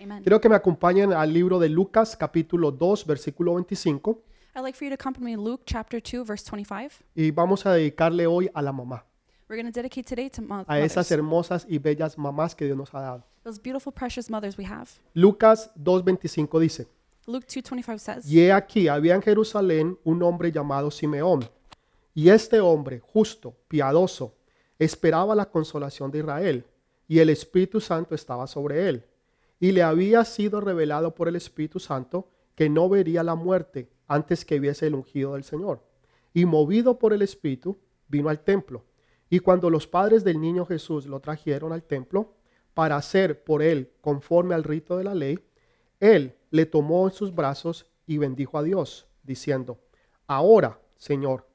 Amen. Quiero que me acompañen al libro de Lucas capítulo 2 versículo 25 I'd like for you to accompany me in Luke chapter 2, verse 25. y vamos a dedicarle hoy a la mamá, We're going to dedicate today to mo- a esas mothers, hermosas y bellas mamás que Dios nos ha dado. those beautiful, precious mothers we have. Lucas 2.25 dice, Luke 2.25 says, Y he aquí había en Jerusalén un hombre llamado Simeón, y este hombre, justo, piadoso, esperaba la consolación de Israel, y el Espíritu Santo estaba sobre él, y le había sido revelado por el Espíritu Santo que no vería la muerte antes que viese el ungido del Señor. Y movido por el Espíritu, vino al templo, y cuando los padres del niño Jesús lo trajeron al templo, para hacer por él conforme al rito de la ley, él le tomó en sus brazos y bendijo a Dios, diciendo, Ahora, Señor,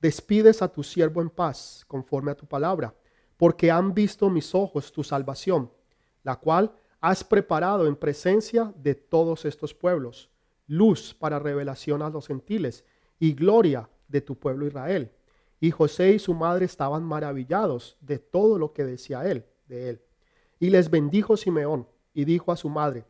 despides a tu siervo en paz, conforme a tu palabra, porque han visto mis ojos tu salvación, la cual has preparado en presencia de todos estos pueblos, luz para revelación a los gentiles y gloria de tu pueblo Israel. Y José y su madre estaban maravillados de todo lo que decía él, de él. Y les bendijo Simeón y dijo a su madre,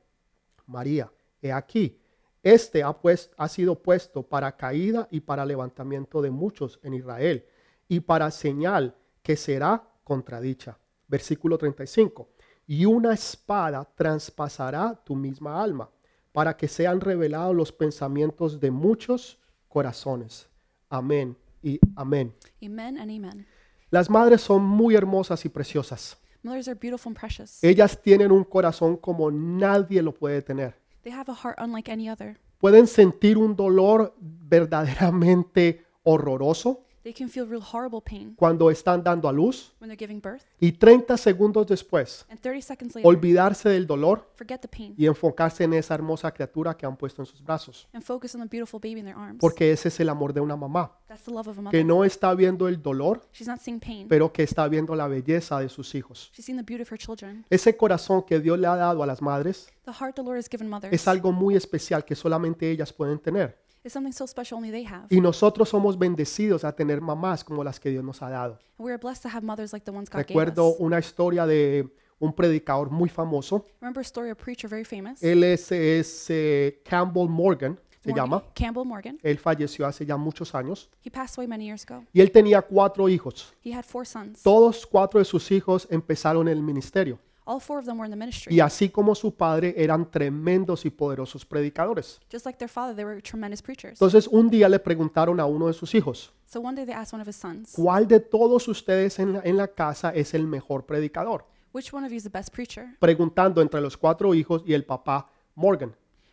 María, he aquí, este ha, pues- ha sido puesto para caída y para levantamiento de muchos en Israel, y para señal que será contradicha. Versículo 35. Y una espada traspasará tu misma alma, para que sean revelados los pensamientos de muchos corazones. Amén y amén. Amen and amen. Las madres son muy hermosas y preciosas. Mothers are beautiful and precious. Ellas tienen un corazón como nadie lo puede tener. They have a heart unlike any other. pueden sentir un dolor verdaderamente horroroso They can feel real horrible pain cuando están dando a luz when they're giving birth. y 30 segundos después And 30 seconds later, olvidarse del dolor forget the pain y enfocarse en esa hermosa criatura que han puesto en sus brazos. and focus on the beautiful baby in their arms. Porque ese es el amor de una mamá, That's the love of a mother. que no está viendo el dolor, She's not seeing pain. pero que está viendo la belleza de sus hijos. She's seen the beauty of her children. Ese corazón que Dios le ha dado a las madres The heart the Lord has given mothers es algo muy especial que solamente ellas pueden tener. is something so special only they have. Y nosotros somos bendecidos a tener mamás como las que Dios nos ha dado. And we are blessed to have mothers like the ones God Recuerdo gave us. una historia de un predicador muy famoso. Remember a story of a preacher very famous? Él es, es, eh, Campbell Morgan, se Morgan- llama. Campbell Morgan. Él falleció hace ya muchos años. He passed away many years ago. Y él tenía cuatro hijos. He had four sons. Todos cuatro de sus hijos empezaron el ministerio. All four of them were in the ministry. Y así como su padre, eran tremendos y poderosos predicadores. Just like their father, they were tremendous preachers. Entonces un día le preguntaron a uno de sus hijos, So one day they asked one of his sons, ¿cuál de todos ustedes en la, en la casa es el mejor predicador? Which one of you is the best preacher? Preguntando entre los cuatro hijos y el papá Morgan.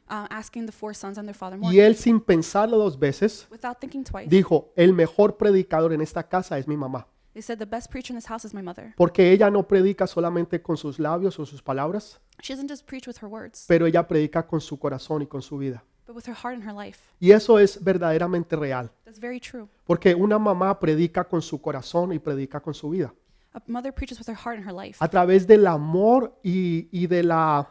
Uh, asking the four sons and their father Y Morgan. él sin pensarlo dos veces Without thinking twice, dijo, el mejor predicador en esta casa es mi mamá, they said, The best preacher in this house is my mother. porque ella no predica solamente con sus labios o sus palabras, She doesn't just preach with her words, pero ella predica con su corazón y con su vida. but with her heart and her life. Y eso es verdaderamente real, That's very true. porque una mamá predica con su corazón y predica con su vida. A mother preaches with her heart and her life. A través del amor y, y de la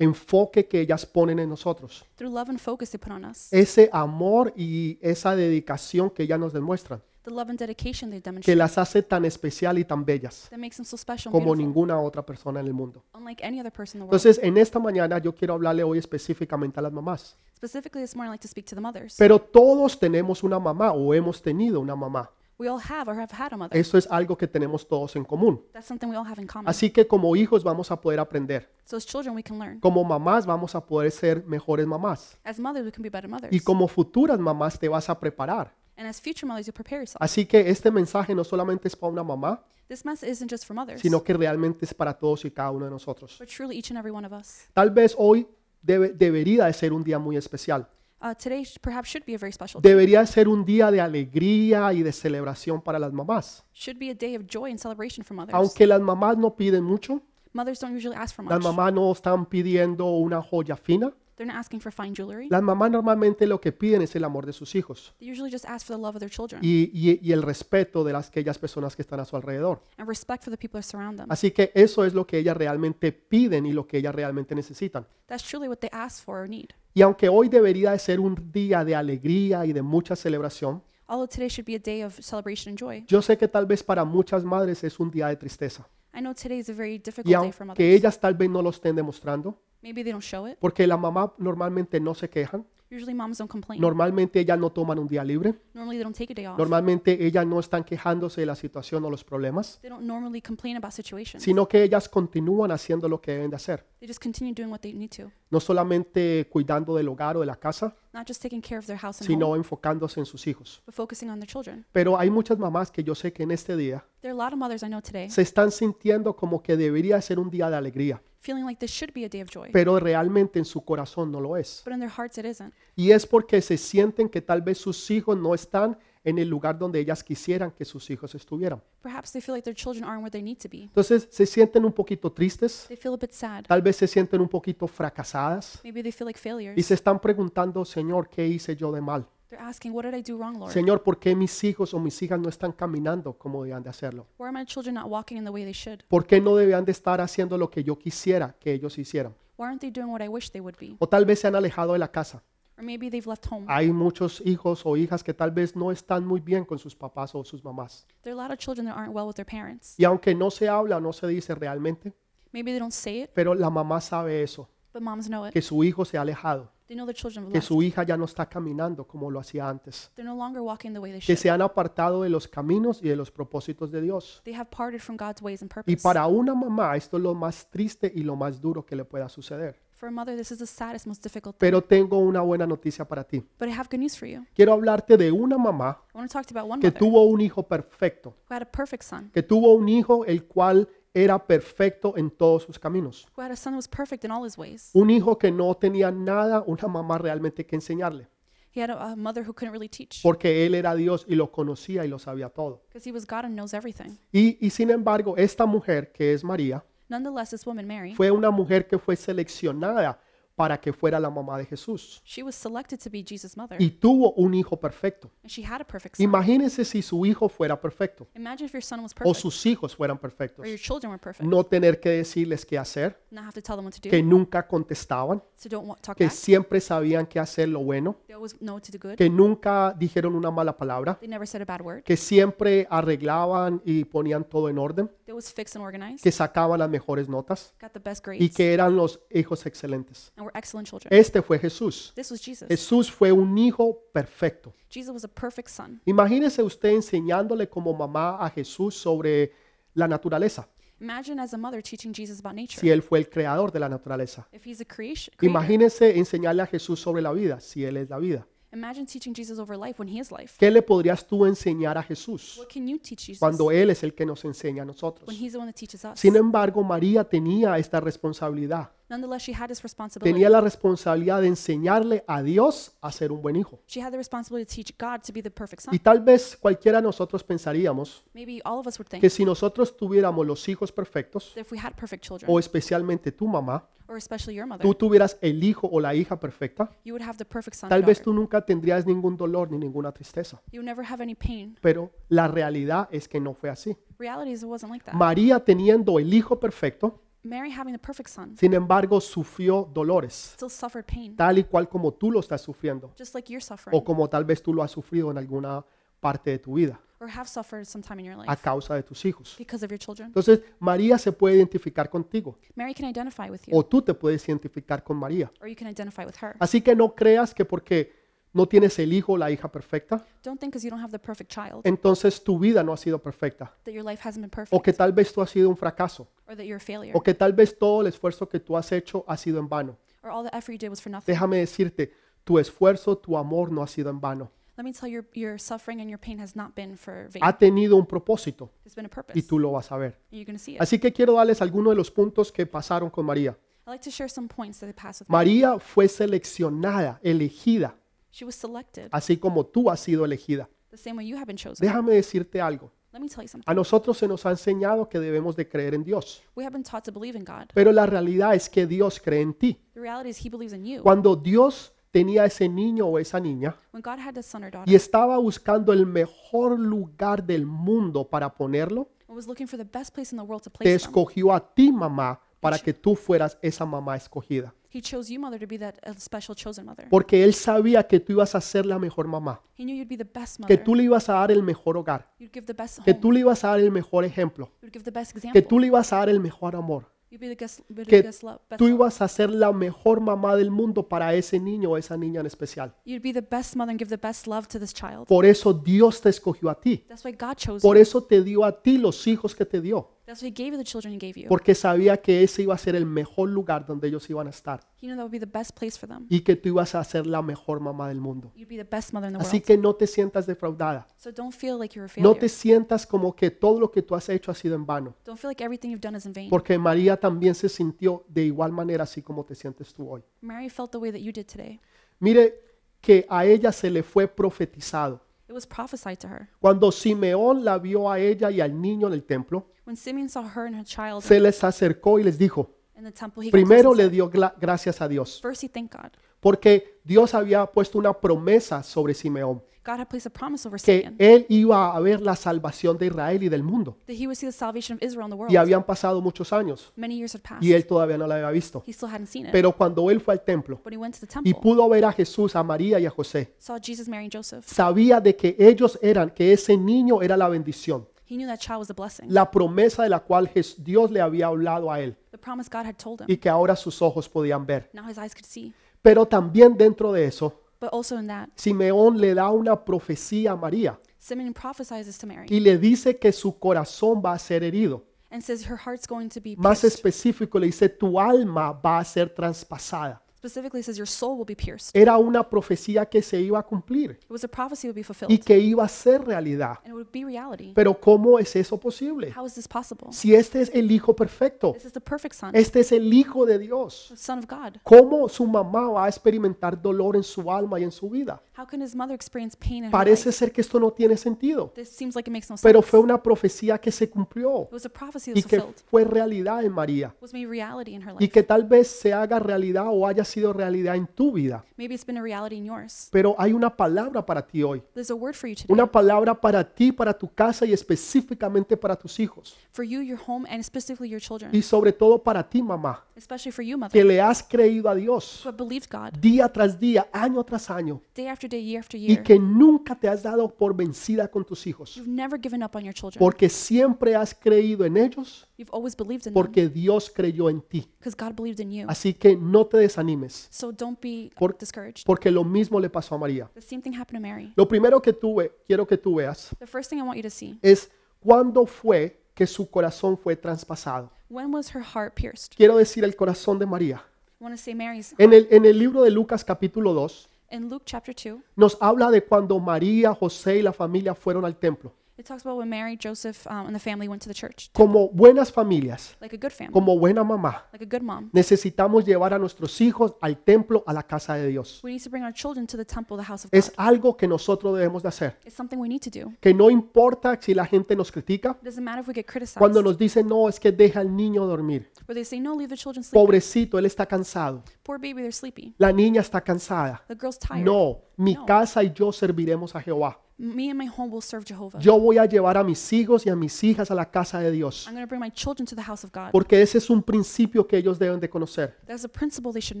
enfoque que ellas ponen en nosotros. Through love and focus they put on us, Ese amor y esa dedicación que ellas nos demuestran, the love and dedication they que demonstrate, las hace tan especial y tan bellas that makes them so special and como eh. beautiful, ninguna otra persona en el mundo. unlike any other person in the world. Entonces, en esta mañana yo quiero hablarle hoy específicamente a las mamás. Specifically, this morning, I'd like to speak to the mothers. Pero todos tenemos una mamá o hemos tenido una mamá. We all have or have had a mother. Eso es algo que tenemos todos en común. That's something we all have in common. Así que como hijos vamos a poder aprender. So as children, we can learn. Como mamás vamos a poder ser mejores mamás. As mothers, we can be better mothers. Y como futuras mamás te vas a preparar. And as future mothers, you prepare yourself. Así que este mensaje no solamente es para una mamá, This message isn't just for mothers, sino que realmente es para todos y cada uno de nosotros. but truly each and every one of us. Tal vez hoy debe- debería de ser un día muy especial. Uh, today sh- perhaps should be a very special day. Debería de ser un día de alegría y de celebración para las mamás. Should be a day of joy and celebration for mothers. Aunque las mamás no piden mucho, Mothers don't usually ask for las much. mamás no están pidiendo una joya fina. They're not asking for fine jewelry. Las mamás normalmente lo que piden es el amor de sus hijos They usually just ask for the love of their children y, y- y el respeto de las, aquellas personas que están a su alrededor. and respect for the people that surround them. Así que eso es lo que ellas realmente piden y lo que ellas realmente necesitan. That's truly what they ask for or need. Y aunque hoy debería de ser un día de alegría y de mucha celebración, Although today should be a day of celebration and joy, yo sé que tal vez para muchas madres es un día de tristeza. I know today is a very difficult Y day for mothers. aunque ellas tal vez no lo estén demostrando, Maybe they don't show it. Porque las mamás normalmente no se quejan, Usually moms don't complain. normalmente ellas no toman un día libre, Normally they don't take a day off. normalmente ellas no están quejándose de la situación o los problemas, They don't normally complain about situations. sino que ellas continúan haciendo lo que deben de hacer, They just continue doing what they need to. no solamente cuidando del hogar o de la casa, Not just taking care of their house and home, sino enfocándose en sus hijos. but focusing on their children. Pero hay muchas mamás que yo sé que en este día There are a lot of mothers I know today se están sintiendo como que debería ser un día de alegría, feeling like this should be a day of joy, pero realmente en su corazón no lo es. but in their hearts it isn't. Y es porque se sienten que tal vez sus hijos no están en el lugar donde ellas quisieran que sus hijos estuvieran. Perhaps they feel like their children aren't where they need to be. Entonces se sienten un poquito tristes, They feel a bit sad. tal vez se sienten un poquito fracasadas Maybe they feel like y failures. se están preguntando, Señor, ¿qué hice yo de mal? They're asking, What did I do wrong, Lord? Señor, ¿por qué mis hijos o mis hijas no están caminando como debían de hacerlo? Why are my children not walking in the way they should? ¿Por qué no debían de estar haciendo lo que yo quisiera que ellos hicieran? Why aren't they doing what I wish they would be? O tal vez se han alejado de la casa. Or maybe they've left home. Hay muchos hijos o hijas que tal vez no están muy bien con sus papás o sus mamás. There are a lot of children that aren't well with their parents. Y aunque no se habla o no se dice realmente, Maybe they don't say it, pero la mamá sabe eso, but moms know it. que su hijo se ha alejado, They know their children have que left. su hija ya no está caminando como lo hacía antes, They're no longer walking the way they que should. se han apartado de los caminos y de los propósitos de Dios. They have parted from God's ways and Y purpose. para una mamá esto es lo más triste y lo más duro que le pueda suceder. For a mother, this is the saddest, most difficult thing. Pero tengo una buena noticia para ti. But I have good news for you. Quiero hablarte de una mamá I want to talk to you about one que mother who tuvo un hijo perfecto, had a perfect son, que tuvo un hijo el cual era perfecto en todos sus caminos. who had a son that was perfect in all his ways. Un hijo que no tenía nada, una mamá realmente que enseñarle, He had a, a mother who couldn't really teach porque él era Dios y lo conocía y lo sabía todo. because he was God and knows everything. Y, y sin embargo, esta mujer que es María Nonetheless, this woman, Mary, fue una mujer que fue seleccionada para que fuera la mamá de Jesús she was selected to be Jesus' mother, y tuvo un hijo perfecto. and she had a perfect son. Imagínense si su hijo fuera perfecto Imagine if your son was o perfect, sus hijos fueran perfectos. or your children were perfect, No tener que decirles qué hacer, not have to tell them what to do, que nunca contestaban, so don't wa- talk que back. siempre sabían qué hacer lo bueno, They always know to do good. que nunca dijeron una mala palabra, They never said a bad word. que siempre arreglaban y ponían todo en orden, They always fixed and organized, que sacaban las mejores notas got the best y grades, que eran los hijos excelentes. and were excellent children. Este fue Jesús. This was Jesus. Jesús fue un hijo perfecto. Jesus was a perfect son. Imagínese usted enseñándole como mamá a Jesús sobre la naturaleza, Imagine as a mother teaching Jesus about si nature. él fue el creador de la naturaleza. If he's a creation, creator, Imagínese enseñarle a Jesús sobre la vida, si él es la vida. imagine teaching Jesus over life when he is life. ¿Qué le podrías tú enseñar a Jesús What can you teach Jesus cuando él es el que nos enseña a when nosotros? he's the one that teaches us? Sin embargo, María tenía esta responsabilidad. Nonetheless, she had this responsibility. Tenía la responsabilidad de enseñarle a Dios a ser un buen hijo. She had the responsibility to teach God to be the perfect Y son. tal vez cualquiera de nosotros pensaríamos Maybe all of us would think que si nosotros tuviéramos los hijos perfectos, that if we had perfect o children, especialmente tu mamá, or especially your mother, tú tuvieras el hijo o la hija perfecta, you would have the perfect son. or tal vez daughter. tú nunca tendrías ningún dolor ni ninguna tristeza. You would never have any pain. Pero la realidad es que no fue así. Reality is it wasn't like that. María teniendo el hijo perfecto, Mary having the perfect son sin embargo, sufrió dolores, still suffered pain, tal y cual como tú lo estás sufriendo, just like you're o suffering, como tal vez tú lo has sufrido en alguna parte de tu vida, or have suffered sometime in your a life causa de tus hijos. because of your children. Entonces, María se puede identificar contigo, Mary can identify with you, o tú te puedes identificar con María. or you can identify with her. Así que no creas que porque no tienes el hijo o la hija perfecta, Don't think because you don't have the perfect child entonces tu vida no ha sido perfecta. that your life hasn't been O perfect, que tal vez tú has sido un fracaso. or that you're a failure, O que tal vez todo el esfuerzo que tú has hecho ha sido en vano. or all the effort you did was for nothing. Déjame decirte, tu esfuerzo, tu amor no ha sido en vano. Let me tell you, your suffering and your pain has not been for vain. Ha tenido un propósito There's been a purpose. y tú lo vas a ver. You're going to see it. Así que quiero darles algunos de los puntos que pasaron con María. I'd like to share some points that they passed with me. María fue seleccionada, elegida, She was selected así como tú has sido elegida. the same way you have been chosen. Déjame decirte algo. Let me tell you something. A nosotros se nos ha enseñado que debemos de creer en Dios, We have been taught to believe in God. pero la realidad es que Dios cree en ti. The reality is He believes in you. Cuando Dios tenía ese niño o esa niña When God had this son or daughter y estaba buscando el mejor lugar del mundo para ponerlo, and was looking for the best place in the world to te place them, escogió a ti, mamá, para que tú fueras esa mamá escogida. He chose you, mother, to be that uh, special chosen mother. Porque Él sabía que tú ibas a ser la mejor mamá, He knew you'd be the best que mother. tú le ibas a dar el mejor hogar, You'd give the best que home. tú le ibas a dar el mejor ejemplo, You'd give the best que example. tú le ibas a dar el mejor amor, You You be the guest, be the Que guest love, best tú love. ibas a ser la mejor mamá del mundo para ese niño o esa niña en especial. You'd be the best mother and give the best love to this child. Por eso Dios te escogió a ti. That's why God chose Por you. eso te dio a ti los hijos que te dio. That's why He gave you the children He gave you. Porque sabía que ese iba a ser el mejor lugar donde ellos iban a estar. He knew that would be the best place for them. Y que tú ibas a ser la mejor mamá del mundo. You'd be the best mother in the Así world. que no te sientas defraudada. So don't feel like you're a failure. No te sientas como que todo lo que tú has hecho ha sido en vano. Don't feel like everything you've done is in vain. Porque María también se sintió de igual manera así como te sientes tú hoy. Mary felt the way that you did today. Mire que a ella se le fue profetizado. It was prophesied to her. Cuando Simeón la vio a ella y al niño en el templo, When Simeon saw her and her child se les acercó y les dijo, in the temple, he got close primero and le said, dio gla- gracias a Dios, First, he thanked God. porque Dios había puesto una promesa sobre Simeón, God had placed a promise over que Simeon él iba a ver la salvación de Israel y del mundo. that he would see the salvation of Israel in the world. Y habían pasado muchos años Many years had passed. y él todavía no la había visto. He still hadn't seen it. Pero cuando él fue al templo But he went to the y temple, pudo ver a Jesús, a María y a José, saw Jesus, Mary, and Joseph. sabía de que ellos eran, que ese niño era la bendición, He knew that child was a blessing, la promesa de la cual Jes- Dios le había hablado a él the promise God had told him. y que ahora sus ojos podían ver. Now his eyes could see. Pero también dentro de eso, But also in that, Simeón le da una profecía a María Simeon prophesies to Mary y le dice que su corazón va a ser herido. and says her heart's going to be Más pierced. específico, le dice, tu alma va a ser traspasada. Specifically, says your soul will be pierced. Era una profecía que se iba a cumplir It was a prophecy that would be fulfilled, y que iba a ser realidad. and it would be reality. Pero ¿cómo es eso posible? How is this possible? Si este es el Hijo perfecto, This is the perfect son, este es el Hijo de Dios. the son of God. ¿Cómo su mamá va a experimentar dolor en su alma y en su vida? How can his mother experience pain in her life? Parece ser que esto no tiene sentido, This seems like it makes no sense. pero fue una profecía que se cumplió It was a prophecy that y was que fulfilled. fue realidad en María was made reality in her y life. que tal vez se haga realidad o haya sido realidad en tu vida. Maybe it's been a reality in yours. Pero hay una palabra para ti hoy, There's a word for you today. una palabra para ti, para tu casa y específicamente para tus hijos For you, your home, and specifically your children. y sobre todo para ti, mamá, Especially for you, mother, que le has creído a Dios who have believed God día tras día, año tras año day after day, year after y year. que nunca te has dado por vencida con tus hijos, You've never given up on your children. porque siempre has creído en ellos, You've always believed in them porque Dios creyó en ti. because God believed in you. Así que no te desanimes, So don't be Por- discouraged. porque lo mismo le pasó a María. The same thing happened to Mary. Lo primero que tuve, quiero que tú veas The first thing I want you to see es cuándo fue que su corazón fue traspasado. when was her heart pierced? Quiero decir el corazón de María. I want to say Mary's. En el, en el libro de Lucas capítulo 2 In Luke chapter 2, nos habla de cuando María, José y la familia fueron al templo. it talks about when Mary, Joseph, um, and the family went to the church. Como buenas familias, Like a good family, como buena mamá, like a good mom. Necesitamos llevar a nuestros hijos al templo, a la casa de Dios. We need to bring our children to the temple, the house of Es God. algo que nosotros debemos de hacer. It's something we need to do. Que no importa si la gente nos critica, It doesn't matter if we get criticized. cuando nos dicen, no, es que deja al niño dormir. where they say, no, leave the children sleep. Pobrecito, él está cansado. Poor baby, they're sleepy. La niña está cansada. The girl's tired. No, mi No. casa y yo serviremos a Jehová. Me and my home will serve Jehovah. Yo voy a llevar a mis hijos y a mis hijas a la casa de Dios. I'm going to bring my children to the house of God. Porque ese es un principio que ellos deben de conocer That's a principle they should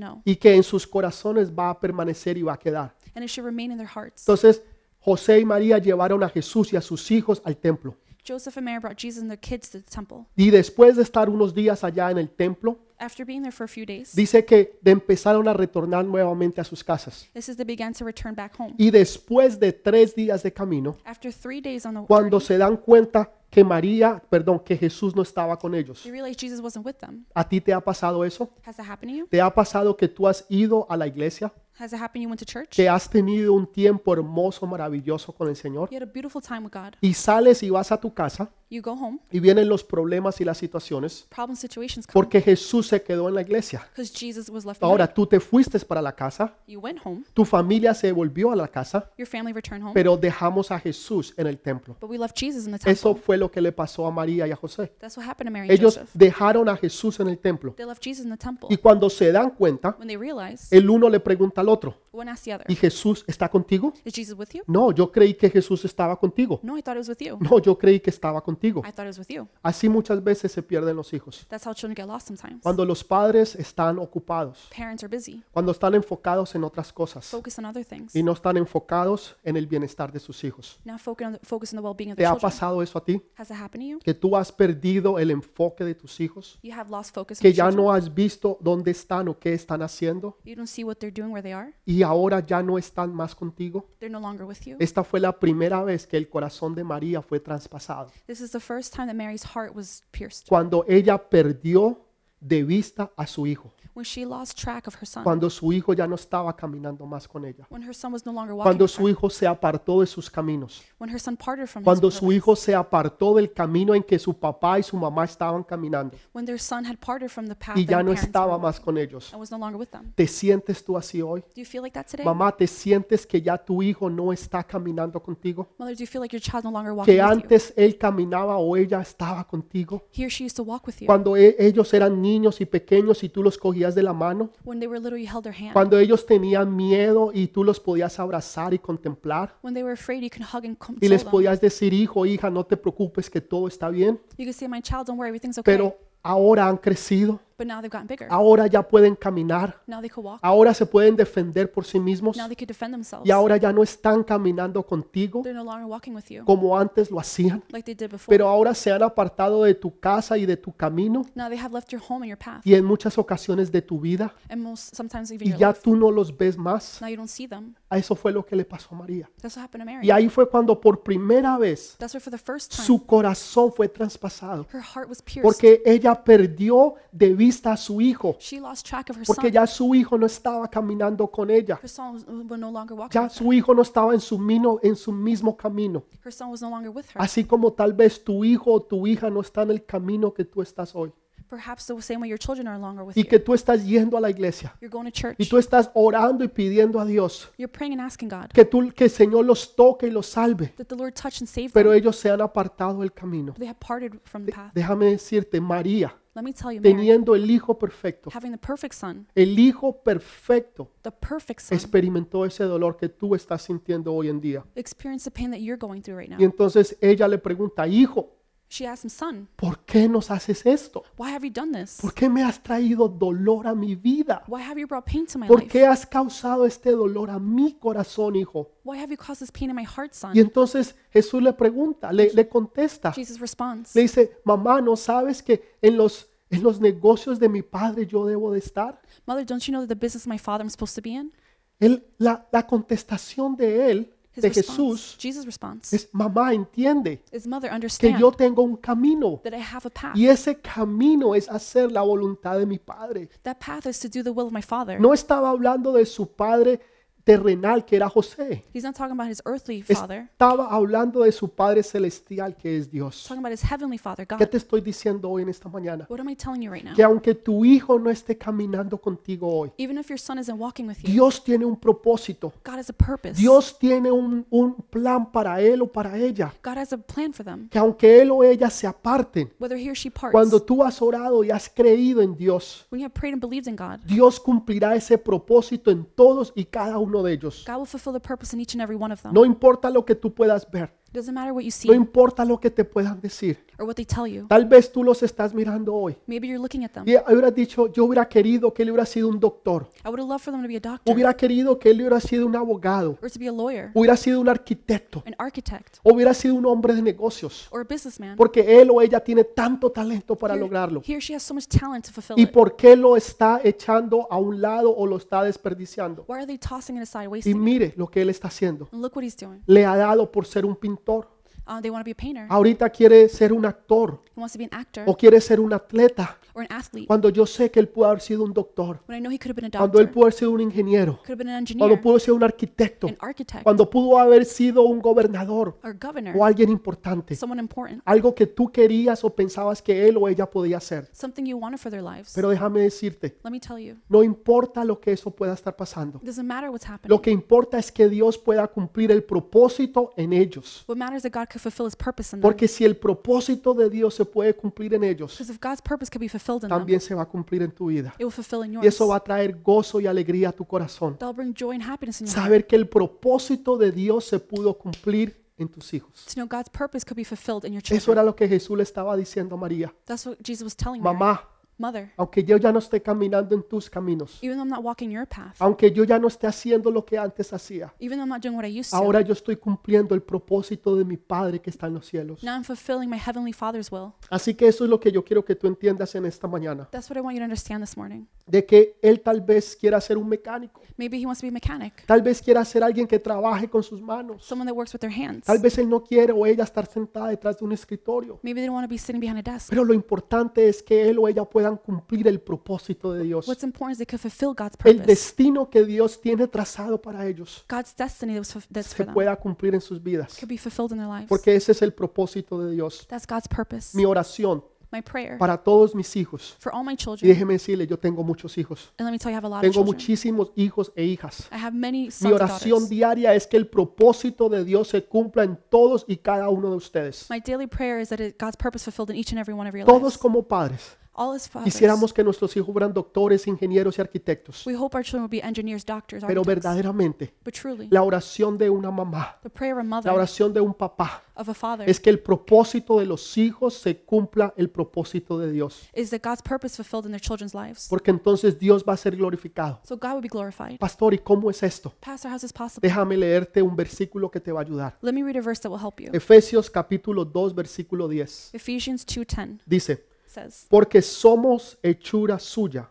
know, y que en sus corazones va a permanecer y va a quedar. and it should remain in their hearts. Entonces, José y María llevaron a Jesús y a sus hijos al templo. Joseph and Mary brought Jesus and their kids to the temple. Y después de estar unos días allá en el templo, After being there for a few days, dice que de- empezaron a retornar nuevamente a sus casas. this is they began to return back home. Y después de tres días de camino, After three days on the cuando journey, se dan cuenta que María, perdón, que Jesús no estaba con ellos. they realized Jesus wasn't with them. ¿A ti te ha pasado eso? Has that happened to you? ¿Te ha pasado que tú has ido a la iglesia? Has it happened to you went to church? ¿Que has tenido un tiempo hermoso, maravilloso con el Señor? You had a beautiful time with God. Y sales y vas a tu casa You go home, y vienen los problemas y las situaciones problem situations come porque Jesús se quedó en la iglesia. because Jesus was left behind. Ahora tú te fuiste para la casa, You went home, tu familia se volvió a la casa, your family returned home, pero dejamos a Jesús en el templo. but we left Jesus in the Eso temple. fue lo que le pasó a María y a José. That's what happened to Mary and Ellos Joseph. dejaron a Jesús en el templo They left Jesus in the temple. y cuando se dan cuenta, When they realized, el uno le pregunta al al otro, One asked the other, ¿y Jesús está contigo? Is Jesus with you? No, yo creí que Jesús estaba contigo. No, I thought it was with you. No, yo creí que estaba contigo. I thought it was with you. Así muchas veces se pierden los hijos. That's how children get lost sometimes. Cuando los padres están ocupados, Parents are busy, cuando están enfocados en otras cosas focus on other things, y no están enfocados en el bienestar de sus hijos. not focus on, focus on the well being of the ¿Te ha children. pasado eso a ti? Has that happened to you? Que tú has perdido el enfoque de tus hijos, You have lost focus on que your ya children. no has visto dónde están o qué están haciendo You don't see what they're doing, where they are. y ahora ya no están más contigo. They're no longer with you. Esta fue la primera vez que el corazón de María fue traspasado, This is the first time that Mary's heart was pierced. cuando ella perdió de vista a su hijo, When she lost track of her son. cuando su hijo ya no estaba caminando más con ella, When her son was no longer walking. cuando with su her. hijo se apartó de sus caminos, When her son parted from cuando his su hijo se apartó del camino en que su papá y su mamá estaban caminando When their son had parted from the path y that ya her no parents were estaba on más con ellos. and was no longer with them. ¿Te sientes tú así hoy? Do you feel like that today? Mamá, ¿te sientes que ya tu hijo no está caminando contigo? Mother, do you feel like your child no longer walking Que with you? antes él caminaba o ella estaba contigo. He or she used to walk with you. Cuando e- ellos eran niños y pequeños y tú los cogías de la mano. When they were little, you held their hand. Cuando ellos tenían miedo y tú los podías abrazar y contemplar. When they were afraid, you could hug and Y console les them. podías decir, hijo, hija, no te preocupes que todo está bien. You could say, "My child, don't worry, everything's okay." Pero ahora han crecido. but now they've gotten bigger. Ahora ya pueden caminar. Now they could walk. Ahora se pueden defender por sí mismos. Now they could defend themselves. Y ahora ya no están caminando contigo They're no longer walking with you como antes lo hacían. like they did before. pero ahora se han apartado de tu casa y de tu camino now they have left your home and your path, y en muchas ocasiones de tu vida and most sometimes even y your ya life. tú no los ves más. Now you don't see them. A eso fue lo que le pasó a María. That's what happened to Mary. Y ahí fue cuando por primera vez That's where, for the first time, su corazón fue traspasado her heart was pierced. porque ella perdió de vista a su hijo, she lost track of her porque son. ya su hijo no estaba caminando con ella. her son was, was no longer walking. Ya su hijo no estaba en su, mino- en su mismo camino. her son was no longer with her. Así como tal vez tu hijo o tu hija no está en el camino que tú estás hoy Perhaps the same way your children are no longer with y you. que tú estás yendo a la iglesia. You're going to church. y tú estás orando y pidiendo a Dios You're praying and asking God que tú que el Señor los toque y los salve, that the Lord touch and save pero them. ellos se han apartado del camino. They have parted from the path. Déjame decirte, María, Let me tell you, Mary, teniendo el hijo perfecto, having the perfect son, el hijo perfecto the perfect son, experimentó ese dolor que tú estás sintiendo hoy en día. experience the pain that you're going through right Y now. entonces ella le pregunta, "Hijo, She asked him, Son, ¿por qué nos haces esto? why have you done this? ¿Por qué me has traído dolor a mi vida? Why have you brought pain to my ¿Por life? qué has causado este dolor a mi corazón, hijo?" Why have you caused this pain in my heart, Y son? entonces Jesús le pregunta, le, le contesta, Ah. Jesus responds, Le dice, mamá, ¿no sabes que en los, en los negocios de mi padre yo debo de estar? Mother, don't you know that the business my father I'm supposed to be in? Él, la, la contestación de él, His de response, Jesús, Jesus' response, es, mamá, entiende is, Mother, que understand yo tengo un camino that I have a path. y ese camino es hacer la voluntad de mi padre. That path is to do the will of my father. No estaba hablando de su padre terrenal que era José. He's not talking about his earthly father, Estaba hablando de su padre celestial que es Dios. talking about his heavenly father, ¿Qué God. te estoy diciendo hoy en esta mañana? What am I telling you right now? Que aunque tu hijo no esté caminando contigo hoy, Even if your son isn't walking with you, Dios tiene un propósito. God has a purpose. Dios tiene un, un plan para él o para ella, God has a plan for them. que aunque él o ella se aparten, Whether he or she parts, cuando tú has orado y has creído en Dios, when you have prayed and believed in God, Dios cumplirá ese propósito en todos y cada uno de ellos. God will fulfill the purpose in each and every one of them. No importa lo que tú puedas ver, It doesn't matter what you see no importa lo que te puedan decir. or what they tell you. Tal vez tú los estás mirando hoy Maybe you're looking at them. y hubieras dicho, yo hubiera querido que él hubiera sido un doctor, I would have loved for them to be a doctor hubiera querido que él hubiera sido un abogado, or to be a lawyer, hubiera sido un arquitecto, an architect, hubiera sido un hombre de negocios, or a businessman. porque él o ella tiene tanto talento para Here- lograrlo. He or she has so much talent to fulfill ¿Y it. por qué lo está echando a un lado o lo está desperdiciando? Why are they tossing it aside, Y wasting it? mire lo que él está haciendo. And look what he's doing. Le ha dado por ser un pintor. Uh, they want to be a painter. Ahorita quiere ser un actor He wants to be an actor o quiere ser un atleta. or an athlete. Cuando yo sé que él pudo haber sido un doctor, When I know he could have been a cuando doctor, él could pudo haber sido un ingeniero, have been an cuando engineer, pudo ser un arquitecto, an architect, cuando pudo haber sido un gobernador or a governor, o alguien importante. someone important, Algo que tú querías o pensabas que él o ella podía hacer. something you wanted for their lives. Pero déjame decirte, Let me tell you, no importa lo que eso pueda estar pasando. it doesn't matter what's Lo happening. que importa es que Dios pueda cumplir el propósito en ellos. What matters is that God could fulfill His purpose in them. Porque si el propósito de Dios se puede cumplir en ellos, Because if God's purpose could be fulfilled in them. también se va a cumplir en tu vida. It will fulfill in Y yours. eso va a traer gozo y alegría a tu corazón. That'll bring joy and happiness in your heart. Saber que el propósito de Dios se pudo cumplir en tus hijos. To know God's purpose could be fulfilled in your Eso children. era lo que Jesús le estaba diciendo a María. That's what Jesus was telling me. Mamá, Mother, aunque yo ya no esté caminando en tus caminos, even though I'm not walking your path, aunque yo ya no esté haciendo lo que antes hacía, even though I'm not doing what I used to, ahora yo estoy cumpliendo el propósito de mi Padre que está en los cielos. now I'm fulfilling my Heavenly Father's will. Así que eso es lo que yo quiero que tú entiendas en esta mañana, That's what I want you to understand this morning. de que Él tal vez quiera ser un mecánico, Maybe He wants to be a mechanic, tal vez quiera ser alguien que trabaje con sus manos, someone that works with their hands. tal vez Él no quiere o ella estar sentada detrás de un escritorio, Maybe they don't want to be sitting behind a desk. pero lo importante es que Él o ella puedan cumplir el propósito de Dios, What's important is they could fulfill God's el purpose, destino que Dios tiene trazado para ellos, God's destiny that was fu- that's for se them, pueda cumplir en sus vidas, could be fulfilled in their lives. porque ese es el propósito de Dios. That's God's purpose. Mi oración My prayer para todos mis hijos, for all my y children, déjeme decirle, yo tengo muchos hijos, and let me tell you, I have a lot of tengo children. muchísimos hijos e hijas. I have many Mi sons and oración daughters. diaria es que el propósito de Dios se cumpla en todos y cada uno de ustedes. My daily prayer is that it, God's purpose fulfilled in each and every one of your Todos lives. como padres All His fathers. quisiéramos que nuestros hijos fueran doctores, ingenieros y arquitectos, We hope our children will be engineers, doctors, pero architects. verdaderamente But truly, la oración de una mamá, the prayer of a la mother, oración de un papá, of a father, es que el propósito de los hijos se cumpla el propósito de Dios, is that God's purpose fulfilled in their children's lives. porque entonces Dios va a ser glorificado. So God will be glorified. Pastor, ¿y cómo es esto? Pastor, how's this possible? Déjame leerte un versículo que te va a ayudar. Let me read a verse that will help you. Efesios capítulo 2, versículo 10. Ephesians 2.10 Dice, says, Porque somos hechura suya,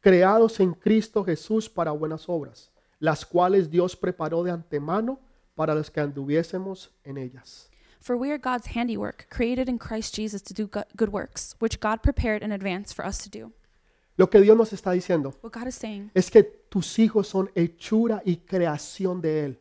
creados en Cristo Jesús para buenas obras, las cuales Dios preparó de antemano para los que anduviésemos en ellas. For we are God's handiwork, created in Christ Jesus to do go- good works, which God prepared in advance for us to do. Lo que Dios nos está diciendo What God is saying es que tus hijos son hechura y creación de Él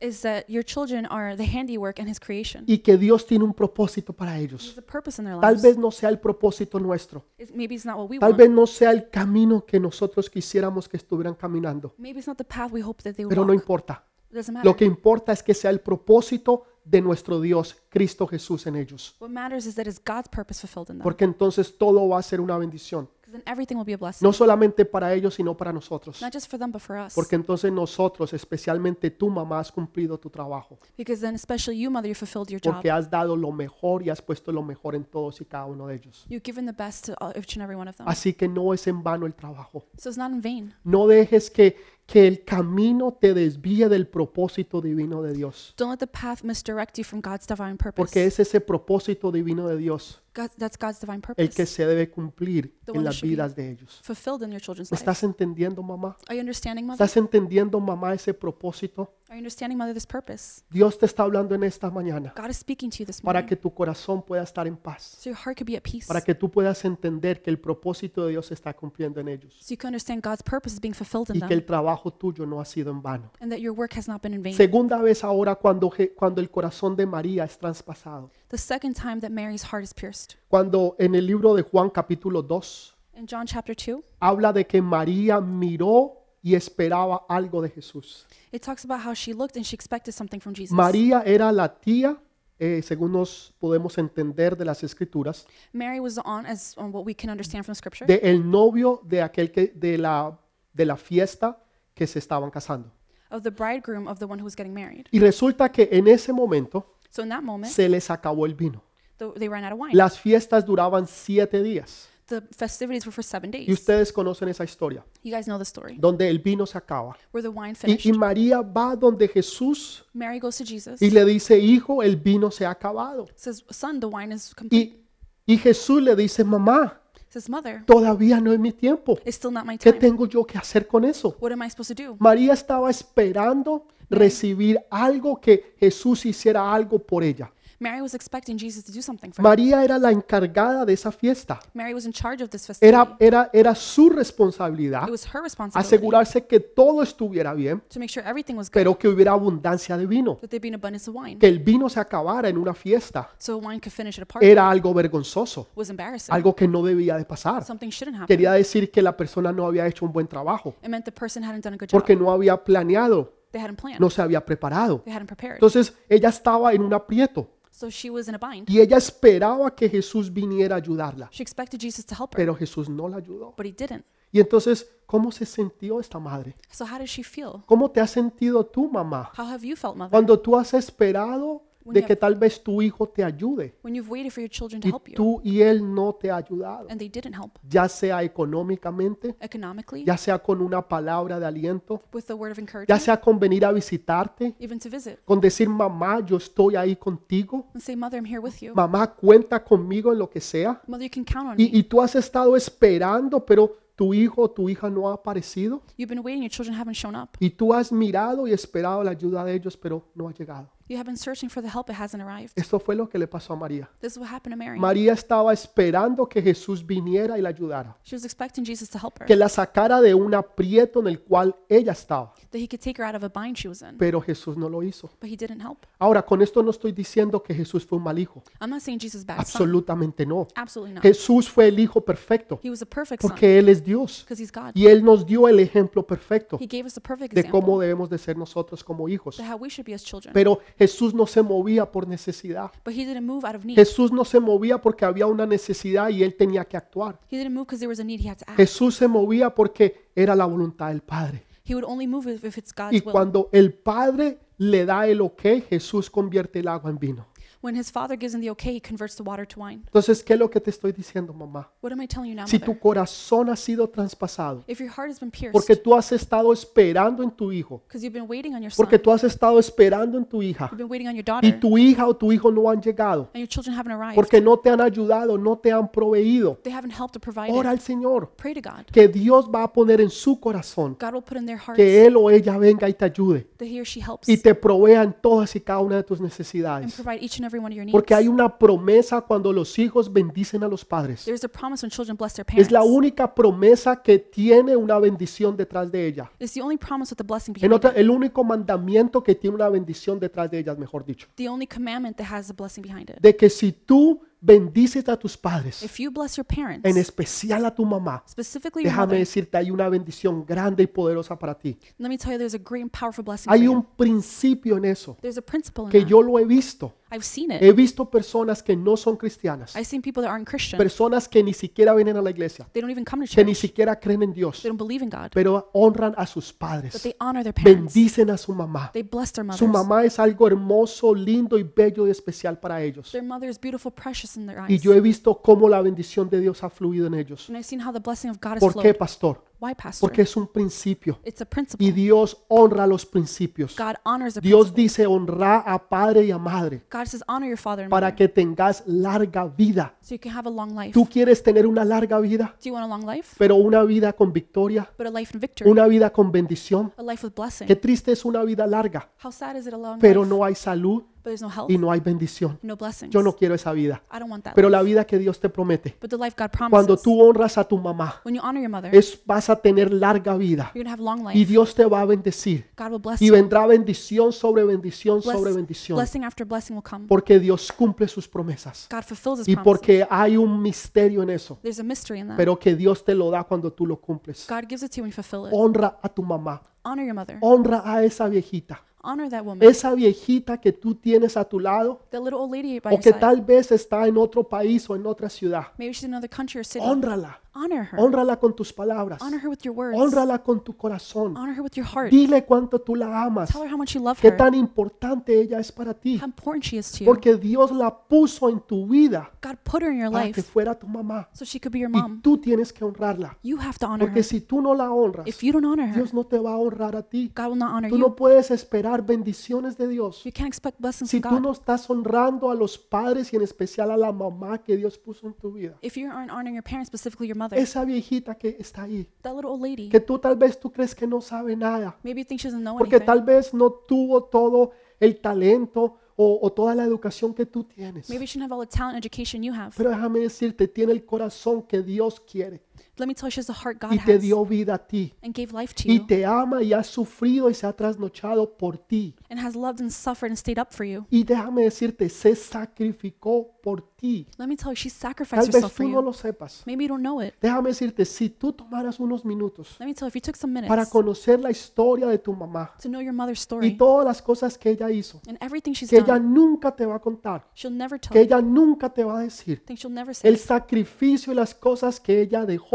is that your children are the handiwork and His creation. y que Dios tiene un propósito para ellos. There's a purpose in their Tal lives. vez no sea el propósito nuestro, It's- Maybe it's not what we tal want. vez no sea el camino que nosotros quisiéramos que estuvieran caminando, Maybe it's not the path we hope that they would pero no walk. importa. It doesn't matter. Lo que importa es que sea el propósito de nuestro Dios, Cristo Jesús, en ellos. What matters is that it's God's purpose fulfilled in them. Porque entonces todo va a ser una bendición. Because then everything will be a blessing. No solamente para ellos, sino para nosotros. Not just for them, but for us. Porque entonces nosotros, especialmente tu mamá, has cumplido tu trabajo. Because then, especially you, mother, you fulfilled your job. Porque has dado lo mejor y has puesto lo mejor en todos y cada uno de ellos. You've given the best to all- each and every one of them. Así que no es en vano el trabajo. So it's not in vain. No dejes que, que el camino te desvíe del propósito divino de Dios. Don't let the path misdirect you from God's divine purpose. Porque es ese propósito divino de Dios God, that's God's divine el purpose. que se debe cumplir en las vidas de ellos. fulfilled in your children's lives. ¿Estás entendiendo, mamá? Are you understanding, mother? ¿Estás entendiendo, mamá, ese propósito? Are you understanding, mother, this purpose? Dios te está hablando en esta mañana God is speaking to you this para morning. que tu corazón pueda estar en paz, So your heart could be at peace. para que tú puedas entender que el propósito de Dios se está cumpliendo en ellos so you can understand God's purpose is being fulfilled in y que them. el trabajo tuyo no ha sido en vano. And that your work has not been in vain. Segunda vez ahora cuando, Je- cuando el corazón de María es traspasado. the second time that Mary's heart is pierced. Cuando en el libro de Juan capítulo 2 In John chapter 2, habla de que María miró y esperaba algo de Jesús. it talks about how she looked and she expected something from Jesus. María era la tía, eh, según nos podemos entender de las escrituras, Mary was on, as on what we can understand from scripture, de el novio de aquel que de la de la fiesta que se estaban casando. of the bridegroom of the one who was getting married. Y resulta que en ese momento So in that moment, se les acabó el vino. the, they ran out of wine. Las fiestas duraban siete días. the festivities were for seven days. Y ustedes conocen esa historia, you guys know the story, donde el vino se acaba. where the wine finished. Y, y María va donde Jesús Mary goes to Jesus, y le dice, hijo, el vino se ha acabado. says, Son, the wine is complete. Y, y Jesús le dice, mamá, says, Mother, todavía no es mi tiempo. it's still not my ¿Qué time. tengo yo que hacer con eso? What am I supposed to do? María estaba esperando recibir algo que Jesús hiciera algo por ella. Mary was expecting Jesus to do something for her. María era la encargada de esa fiesta. Mary was in charge of this festivity. Era, era, era su it responsabilidad was her responsibility asegurarse que todo estuviera bien, to make sure everything was good, pero que hubiera abundancia de vino. that there'd be an abundance of wine, Que el vino se acabara en una fiesta so wine could finish at a party. era algo vergonzoso, was embarrassing. algo que no debía de pasar. something shouldn't happen. Quería decir que la persona no había hecho un buen trabajo, It meant the person hadn't done a good job. porque no había planeado, they hadn't planned. no se había preparado. They hadn't prepared. Entonces ella estaba en un aprieto. So she was in a bind. Y ella esperaba que Jesús viniera a ayudarla, She expected Jesus to help her, pero Jesús no la ayudó. but he didn't. Y entonces, ¿cómo se sintió esta madre? So how does she feel? ¿Cómo te has sentido tú, mamá? How have you felt, mother? Cuando tú has esperado de que tal vez tu hijo te ayude When you've waited for your children to y help you tú y él no te ha ayudado, and they didn't help ya sea económicamente, economically, ya sea con una palabra de aliento, with the word of ya encouragement, sea con venir a visitarte, even to visit con decir, mamá, yo estoy ahí contigo, and say, Mother, I'm here with you. mamá, cuenta conmigo en lo que sea. Mother, you can count on me. Y, y tú has estado esperando, pero tu hijo o tu hija no ha aparecido. You've been waiting, your children haven't shown up. Y tú has mirado y esperado la ayuda de ellos, pero no ha llegado. You have been searching for the help, it hasn't arrived. Esto fue lo que le pasó a María. This is what happened to Mary. María estaba esperando que Jesús viniera y la ayudara, She was expecting Jesus to help her, que la sacara de un aprieto en el cual ella estaba, that he could take her out of a bind she was in, pero Jesús no lo hizo. but he didn't help. Ahora, con esto no estoy diciendo que Jesús fue un mal hijo, I'm not saying Jesus is a bad son. absolutamente no. Absolutely not. Jesús fue el hijo perfecto, He was a perfect son porque Él es Dios because he's God. y Él nos dio el ejemplo perfecto He gave us the perfect de example cómo debemos de ser nosotros como hijos. to how we should be as children. Pero Jesús no se movía por necesidad. But he didn't move out of need. Jesús no se movía porque había una necesidad y Él tenía que actuar. He didn't move because there was a need he had to act. Jesús se movía porque era la voluntad del Padre. He would only move if, if it's Y God's will. cuando el Padre le da el ok, Jesús convierte el agua en vino. When his father gives him the okay, he converts the water to wine. Entonces, ¿qué es lo que te estoy diciendo, mamá? What am I telling you now, Si mother? tu corazón ha sido traspasado, If your heart has been pierced porque tú has estado esperando en tu hijo, because you've been waiting on your son, porque tú has estado esperando en tu hija, you've been waiting on your y daughter, tu hija o tu hijo no han llegado, and your children haven't arrived, porque no te han ayudado, no te han proveído, they haven't helped to provide ora it, al Señor, pray to God. que Dios va a poner en su corazón God will put in their hearts que Él o ella venga y te ayude that he or she helps y te provea en todas y cada una de tus and necesidades. provide each and every one of your needs. Porque hay una promesa cuando los hijos bendicen a los padres. There's a promise when children bless their Es parents. la única promesa que tiene una bendición detrás de ella. It's the only promise with the blessing En behind otra, it. el único mandamiento que tiene una bendición detrás de ellas, mejor dicho. The only commandment that has the blessing behind it. De que si tú bendices a tus padres, If you bless your parents, en especial a tu mamá, specifically your déjame mother, decirte, hay una bendición grande y poderosa para ti. let me tell you, there's a great and powerful blessing. for Hay you. un principio en eso There's a principle in que that. yo lo he visto. I've seen it. He visto personas que no son cristianas, I've seen people that aren't Christian. personas que ni siquiera vienen a la iglesia, They don't even come to que ni church. siquiera creen en Dios, They don't believe in God. pero honran a sus But padres. they honor their parents. bendicen a su mamá. They bless their Su mothers. mamá es algo hermoso, lindo y bello y especial para ellos. Their mother is beautiful, precious in their Y eyes. yo he visto cómo la bendición de Dios ha fluido en ellos. And I've seen how the blessing of God has ¿Por qué, flowed. pastor? Why, Pastor? Porque es un principio. It's a Y principle. Dios honra los principios. God honors a principle. Dios dice honra a padre y a madre God says, honor your father and para mother que tengas larga vida. so you can have a long life. ¿Tú quieres tener una larga vida? Do you want a long life? Pero una vida con victoria, But a life in victory. una vida con bendición. A life with blessing. Qué triste es una vida larga, How sad is it a long pero life? no hay salud But there's no health, y no hay bendición. no blessings. Yo no quiero esa vida. I don't want that. Pero la vida que Dios te promete, But the life God cuando promises. tú honras a tu mamá, When you honor your mother, you're es, vas a tener larga vida going to have long y life. Dios te va a bendecir God will bless y you. vendrá bendición sobre bendición Bless- sobre bendición blessing after blessing will come. porque Dios cumple sus promesas God fulfills his y promises. porque hay un misterio en eso, There's a mystery in that. pero que Dios te lo da cuando tú lo cumples. God gives it to you when you fulfill it. Honra a tu mamá, Honor your mother. honra a esa viejita, Honor that woman. esa viejita que tú tienes a tu lado That little old lady by o your que side. tal vez está en otro país o en otra ciudad. Maybe she's in another country or city. Hónrala, Honor her. honrala con tus palabras. Honor her with your words. Honrala con tu corazón. Honor her with your heart. Dile cuánto tú la amas. Tell her how much you love Qué her. tan importante ella es para ti. How important she is to you. Porque Dios la puso en tu vida God put her in your para que life fuera tu mamá. so she could be your Y mom. tú tienes que honrarla. You have to honor her. Porque si tú no la honras, If you don't honor her, Dios no te va a honrar a ti. God will not honor Tú you. no puedes esperar bendiciones de Dios. You can't expect blessings Si from tú God. no estás honrando a los padres y en especial a la mamá que Dios puso en tu vida. If you aren't honoring your parents, specifically your mother, Esa viejita que está ahí, that little old lady, que tú tal vez tú crees que no sabe nada. maybe you think she doesn't know Porque anything. tal vez no tuvo todo el talento o, o toda la educación que tú tienes. Maybe she doesn't have all the talent and education you have. Pero déjame decirte, tiene el corazón que Dios quiere. Let me tell you, she has the heart God y te has dio vida a ti. and gave life to Y you te ama y ha sufrido y se ha trasnochado por ti. and has loved and suffered and stayed up for you. Y déjame decirte, se sacrificó por ti. Let me tell you, she sacrificed Tal vez herself for tú no you. lo sepas. Maybe you don't know it. Déjame decirte, si tú tomaras unos minutos Let me tell you, if you took some para minutes conocer la historia de tu mamá to know your mother's y story todas las cosas que ella hizo, and everything she's que ella done, nunca te va a contar, she'll never tell que you. ella nunca te va a decir, Things she'll never say. el sacrificio y las cosas que ella dejó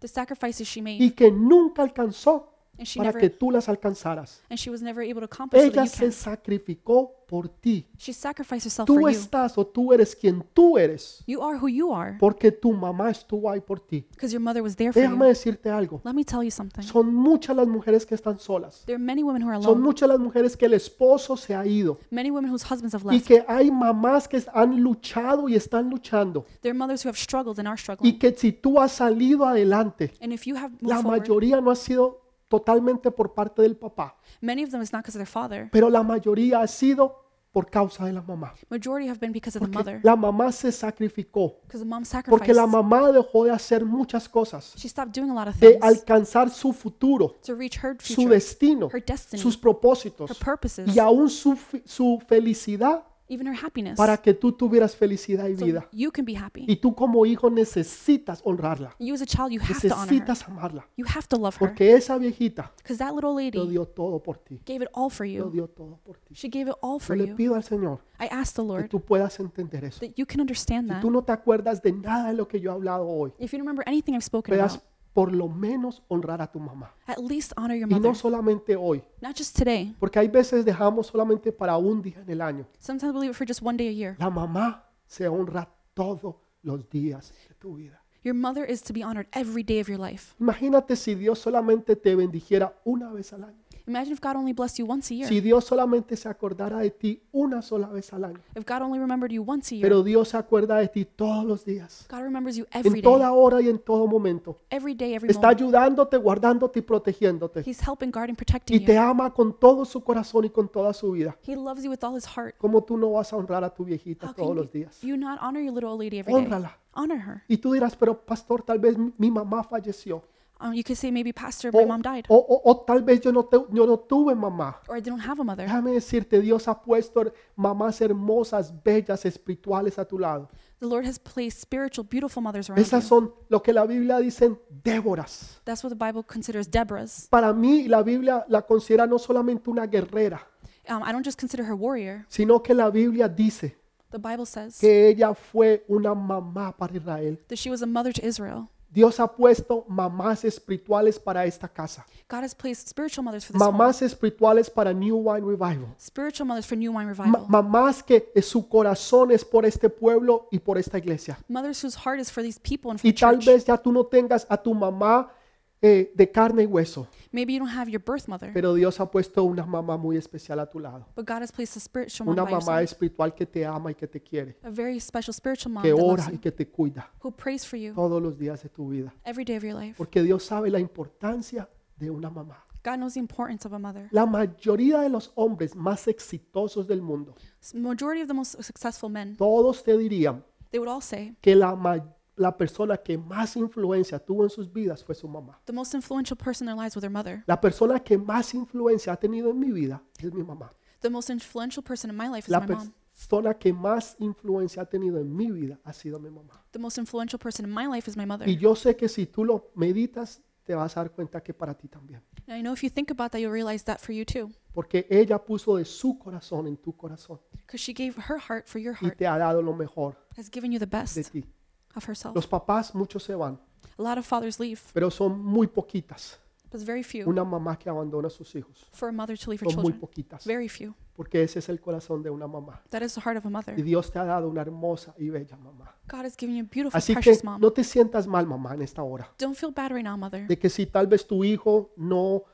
The sacrifices she made y que nunca alcanzó and she para que never tú las alcanzaras. and she was never able to accomplish so that Ella you se can. sacrificó por ti. She sacrificed herself Tú for you. estás o tú eres quien tú eres You are who you are porque tu mamá estuvo ahí por ti. because your mother was there for Déjame you. decirte algo. Let me tell you something. Son muchas las mujeres que están solas. There are many women who are Son alone, muchas las mujeres que el esposo se ha ido many women whose husbands have y left. que hay mamás que han luchado y están luchando There are mothers who have struggled and are y struggling. que si tú has salido adelante, And if you have moved la forward, mayoría no ha sido totalmente por parte del papá, many of them is not because of their father. pero la mayoría ha sido por causa de la mamá. Majority have been because of the Porque mother, la mamá se sacrificó, because the mom porque la sacrificed. mamá dejó de hacer muchas cosas, She stopped doing a lot of de things alcanzar su futuro, to reach her su future, destino, her destiny, sus her propósitos purposes, y aún su, fe- su felicidad even her happiness. para que tú tuvieras felicidad y So vida. you can be happy. Y tú como hijo necesitas honrarla, You as a child, you have to honor her. necesitas amarla, You have to love her porque esa viejita because that little lo lady dio todo por ti, gave it all for lo you. dio todo por ti. She gave it all Yo for le you. pido al Señor I ask the que Lord tú puedas entender eso. that you can understand Si that. tú no te acuerdas de nada de lo que yo he hablado hoy, If you remember anything I've spoken puedas about, por lo menos honrar a tu mamá. at least honor your Y no mother. solamente hoy, Not just today. porque hay veces dejamos solamente para un día en el año. Sometimes we leave it for just one day a year. La mamá se honra todos los días de tu vida. Your mother is to be honored every day of your life. Imagínate si Dios solamente te bendijera una vez al año. Imagine if God only blessed you once a year. Si Dios solamente se acordara de ti una sola vez al año, If God only remembered you once a year. pero Dios se acuerda de ti todos los días, God remembers you every en day. toda hora y en todo momento. Every day, every Está moment. ayudándote, guardándote y protegiéndote. He's helping, guarding, Y protecting te you. ama con todo su corazón y con toda su vida. He loves you with all his heart. Como tú no vas a honrar a tu How viejita can todos you, los días. you not honor your little old lady every day? Honrala. Honor her. Y tú dirás, pero pastor, tal vez mi- mi mamá falleció. Um, you could say maybe, Pastor, O, my mom died, o- o- o tal vez yo no, te- yo no tuve mamá. or I didn't have a mother. Déjame decirte, Dios ha puesto mamás hermosas, bellas, espirituales a tu lado. The Lord has placed spiritual, beautiful mothers around Esas you. son lo que la Biblia dicen Déboras. That's what the Bible considers Deborah's. Para mí la Biblia la considera no solamente una guerrera, Um, I don't just consider her warrior. sino que la Biblia dice The Bible says que ella fue una mamá para Israel. that she was a mother to Israel. Dios ha puesto mamás espirituales para esta casa, God has placed spiritual mothers for this home. mamás espirituales para New Wine Revival, Spiritual mothers for New Wine ma- Revival. mamás que su corazón es por este pueblo y por esta iglesia. Mothers whose heart is for these people and for Y the tal church. vez ya tú no tengas a tu mamá eh, de carne y hueso, Maybe you don't have your birth mother, pero Dios ha puesto una mamá muy especial a tu lado. but God has placed a spiritual mom Una by your mamá side. espiritual que te ama y que te quiere, A very special spiritual mom que that loves ora y you, que te cuida who prays for you todos los días de tu vida. every day of your life. Porque Dios sabe la importancia de una mamá. God knows the importance of a mother. La mayoría de los hombres más exitosos del mundo, S- Majority of the most successful men, todos te dirían they would all say que la, ma- la persona que más influencia tuvo en sus vidas fue su mamá. the most influential person in their lives was their mother. La persona que más influencia ha tenido en mi vida es mi mamá. The most influential person in my life is La my mom. persona que más influencia ha tenido en mi vida ha sido mi mamá. The most influential person in my life is my mother. Y yo sé que si tú lo meditas, te vas a dar cuenta que para ti también. And I know if you think about that, you'll realize that for you too, Porque ella puso de su corazón en tu corazón because she gave her heart for your y heart, te ha dado lo mejor has given you the de best ti. of herself. Los papás, muchos se van, A lot of fathers leave, pero son muy poquitas. but very few Una mamá que abandona a sus hijos. for a mother to leave her Son muy children. poquitas. Very few. Porque ese es el corazón de una mamá. That is the heart of a mother. Y Dios te ha dado una hermosa y bella mamá. God has given you a beautiful, Así que precious mom. no te sientas mal, mamá, en esta hora. Don't feel bad right now, mother. de que si tal vez tu hijo no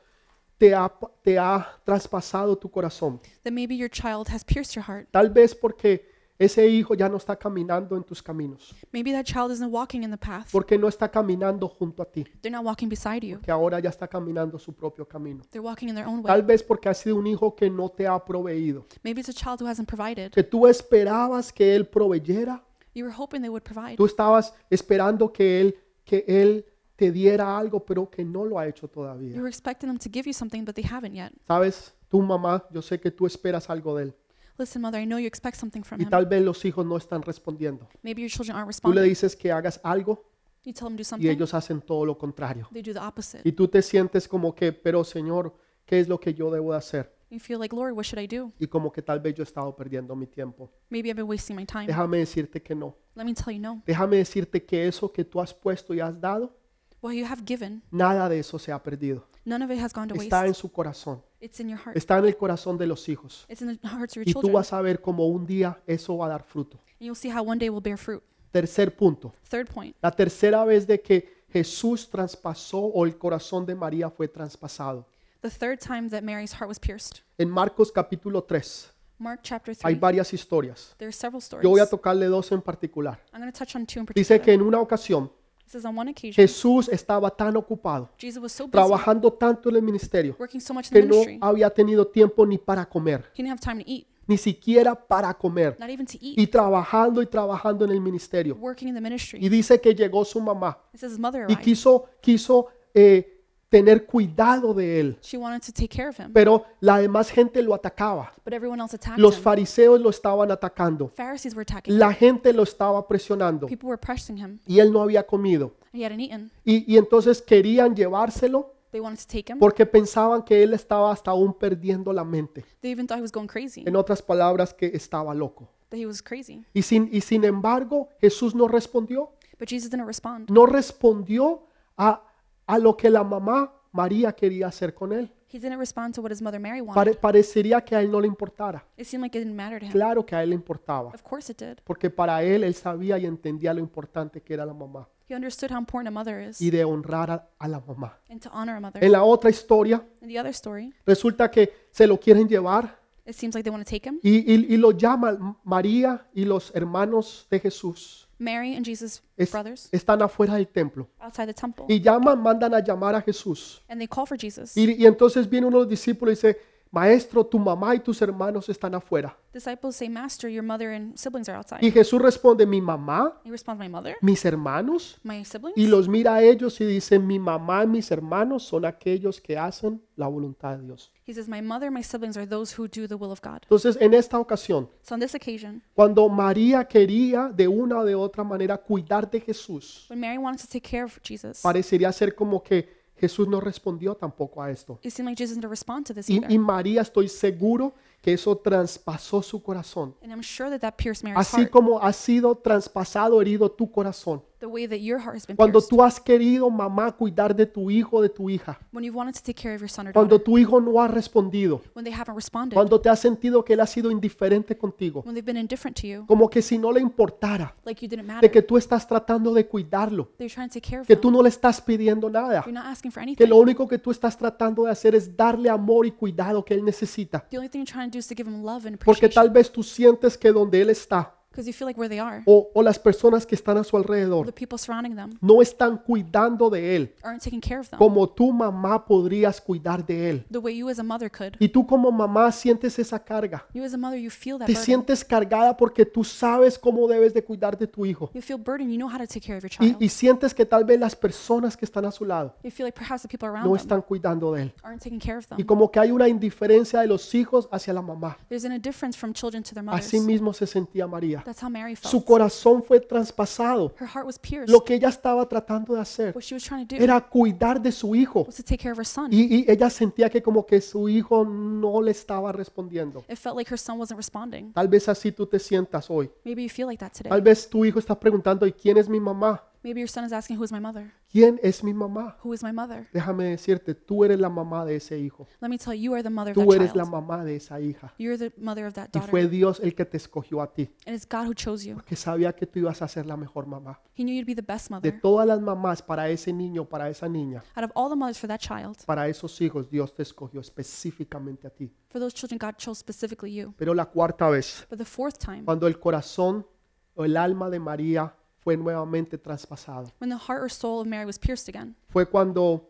te ha, te ha traspasado tu corazón, That maybe your child has pierced your heart. tal vez porque ese hijo ya no está caminando en tus caminos, Maybe that child isn't walking in the path. porque no está caminando junto a ti, They're not walking beside you. que ahora ya está caminando su propio camino. They're walking in their own way. Tal vez porque ha sido un hijo que no te ha proveído, Maybe it's a child who hasn't provided. que tú esperabas que él proveyera, You were hoping they would provide. tú estabas esperando que él que Él te diera algo, pero que no lo ha hecho todavía. You were expecting them to give you something, but they haven't yet. Sabes, tu mamá, yo sé que tú esperas algo de Él Listen, mother, I know you expect something from y him. tal vez los hijos no están respondiendo. Maybe your children aren't Tú le responding. dices que hagas algo You tell them do y something, ellos hacen todo lo contrario. they do the opposite. Y tú te sientes como que, pero Señor, ¿qué es lo que yo debo de hacer? You feel like, Lord, what should I do? Y como que tal vez yo he estado perdiendo mi tiempo. Maybe I've been wasting my time. Déjame decirte que no. Let me tell you, no. Déjame decirte que eso que tú has puesto y has dado, What you have given, nada de eso se ha perdido. none of it has gone to waste. Está en su corazón. It's in your heart. Está en el corazón de los hijos. It's in the hearts of Y your tú children. And vas a ver cómo un día eso va a dar fruto. you'll see how one day will bear fruit. Tercer punto. Third point. La tercera vez de que Jesús traspasó o el corazón de María fue traspasado. The third time that Mary's heart was pierced. En Marcos capítulo 3 Mark chapter 3. hay varias historias. There are several stories. Yo voy a tocarle dos en particular. I'm going to touch on two in Dice particular. que en una ocasión This is on one occasion, Jesús estaba tan ocupado, Jesus was so busy trabajando tanto en el ministerio, working so much in que the no ministry, había tenido tiempo ni para comer, he didn't have time to eat, ni siquiera para comer. not even to eat, Y trabajando y trabajando en el ministerio. working in the ministry. Y dice que llegó su mamá It says his mother y arrived. quiso, quiso eh, tener cuidado de él. She wanted to take care of him, Pero la demás gente lo atacaba. but everyone else attacked Los him. fariseos lo estaban atacando. Pharisees were attacking him. La gente lo estaba presionando. People were pressing him. Y él no había comido. He hadn't eaten. Y, y entonces querían llevárselo They wanted to take him. porque pensaban que él estaba hasta aún perdiendo la mente. They even thought he was going crazy, En otras palabras, que estaba loco. that he was crazy. Y sin, y sin embargo, Jesús no respondió. But Jesus didn't respond. No respondió a, a lo que la mamá María quería hacer con él. He didn't respond to what his mother Mary wanted. Pare- parecería que a él no le importara. It seemed like it didn't matter to him. Claro que a él le importaba. Of course it did. Porque para él, él sabía y entendía lo importante que era la mamá. He understood how important a mother is y de honrar a, a la mamá. and to honor a mother. En la otra historia, In the other story, resulta que se lo quieren llevar it seems like they want to take him. y, y- y lo llaman María y los hermanos de Jesús. Mary and Jesus' es- brothers están afuera del templo outside the temple. y llaman, mandan a llamar a Jesús. And they call for Jesus. Y, y entonces viene uno de los discípulos y dice, Maestro, tu mamá y tus hermanos están afuera. Disciples say, Master, your mother and siblings are outside. Y Jesús responde, mi mamá, He responds, My mother? mis hermanos. My siblings? Y los mira a ellos y dice, mi mamá y mis hermanos son aquellos que hacen la voluntad de Dios. He says, My mother, my siblings are those who do the will of God. Entonces, en esta ocasión, So on this occasion, Cuando María quería de una o de otra manera cuidar de Jesús, when Mary wanted to take care of Jesus, parecería ser como que Jesús no respondió tampoco a esto. it seemed like Jesus didn't respond to this Y, y either. María estoy seguro que eso traspasó su corazón. And I'm sure that that pierced Mary's Así heart, como ha sido traspasado, herido tu corazón. the way that your heart has been Cuando pierced. tú has querido, mamá, cuidar de tu hijo o de tu hija. When you've wanted to take care of your son or daughter, Cuando tu hijo no ha respondido. when they haven't responded, Cuando te has sentido que él ha sido indiferente contigo. when they've been indifferent to you, Como que si no le importara. like you didn't matter, De que tú estás tratando de cuidarlo. they're trying to take care of Que them. tú no le estás pidiendo nada. You're not asking for que anything. lo único que tú estás tratando de hacer es darle amor y cuidado que él necesita. The only thing you're trying to do is to give them love and Porque appreciation tal vez tú sientes que donde él está because you feel like where they are, o, o las personas que están a the su alrededor people surrounding them no están cuidando de él aren't taking care of them como tu mamá podrías cuidar de él. the way you as a mother could. Y tú como mamá sientes esa carga. You as a mother, you feel that Te burden. sientes cargada porque tú sabes cómo debes de cuidar de tu hijo. You feel burdened. You know how to take care of your Y, child. y sientes que tal vez las personas que están a su lado You feel like perhaps the people no around them están cuidando de él. aren't taking care of them. Y como que hay una indiferencia de los hijos hacia la mamá. There's an indifference from children to their mothers. Así mismo se sentía María. That's how Mary Su felt. corazón fue traspasado. Her heart was pierced. Lo que ella estaba tratando de hacer What she was trying to do era cuidar de su hijo. was to take care of her son. Y, y ella sentía que como que su hijo no le estaba respondiendo. It felt like her son wasn't responding. Tal vez así tú te sientas hoy. Maybe you feel like that today. Tal vez tu hijo está preguntando, ¿y quién es mi mamá? Maybe your son is asking, Who is my mother? ¿Quién es mi mamá? Who is my mother? Déjame decirte, tú eres la mamá de ese hijo. Let me tell you, you are the mother of Tú that eres la child. mamá de esa hija. You're the mother of that Y daughter. fue Dios el que te escogió a ti, And it's God who chose you. que sabía que tú ibas a ser la mejor mamá. He knew you'd be the best De mother. todas las mamás, para ese niño, para esa niña, Out of all the mothers for that child, para esos hijos, Dios te escogió específicamente a ti. for those children, God chose specifically you. Pero la cuarta vez, But the fourth time, cuando el corazón o el alma de María fue nuevamente traspasado, when the heart or soul of Mary was pierced again, fue cuando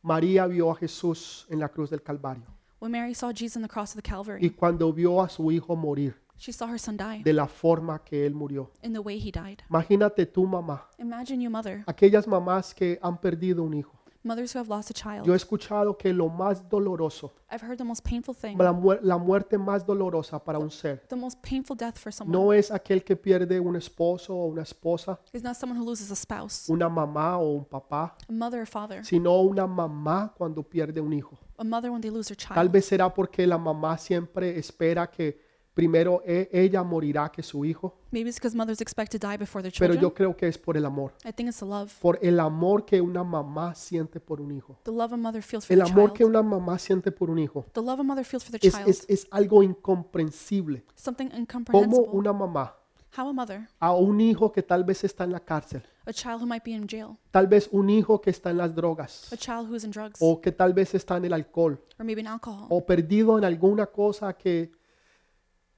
María vio a Jesús en la cruz del Calvario when Mary saw Jesus on the cross of the y Calvary, cuando vio a su hijo morir. She saw her son die de la forma que él murió. in the way he died. Imagínate tu mamá, Imagine you, mother, aquellas mamás que han perdido un hijo. mothers who have lost a child. Yo he escuchado que lo más doloroso, I've heard the most painful thing, la, muer- la muerte más dolorosa para un ser, the most painful death for someone no es aquel que pierde un esposo o una esposa, is not someone who loses a spouse, una mamá o un papá, a mother or father, sino una mamá cuando pierde un hijo. a mother when they lose their Tal child. vez será porque la mamá siempre espera que primero e- ella morirá que su hijo, Maybe it's because mothers expect to die before their pero children. yo creo que es por el amor, I think it's the love, por el amor que una mamá siente por un hijo. the love a mother feels for El the amor que child. una mamá siente por un hijo The love a mother feels for their es, child, es- es algo incomprensible. something Como incomprehensible. una mamá How a mother, a un hijo que tal vez está en la cárcel, a child who might be in jail, tal vez un hijo que está en las a drogas, child who's in drugs, o que tal vez está en el alcohol, or maybe in alcohol, o perdido en alguna cosa que,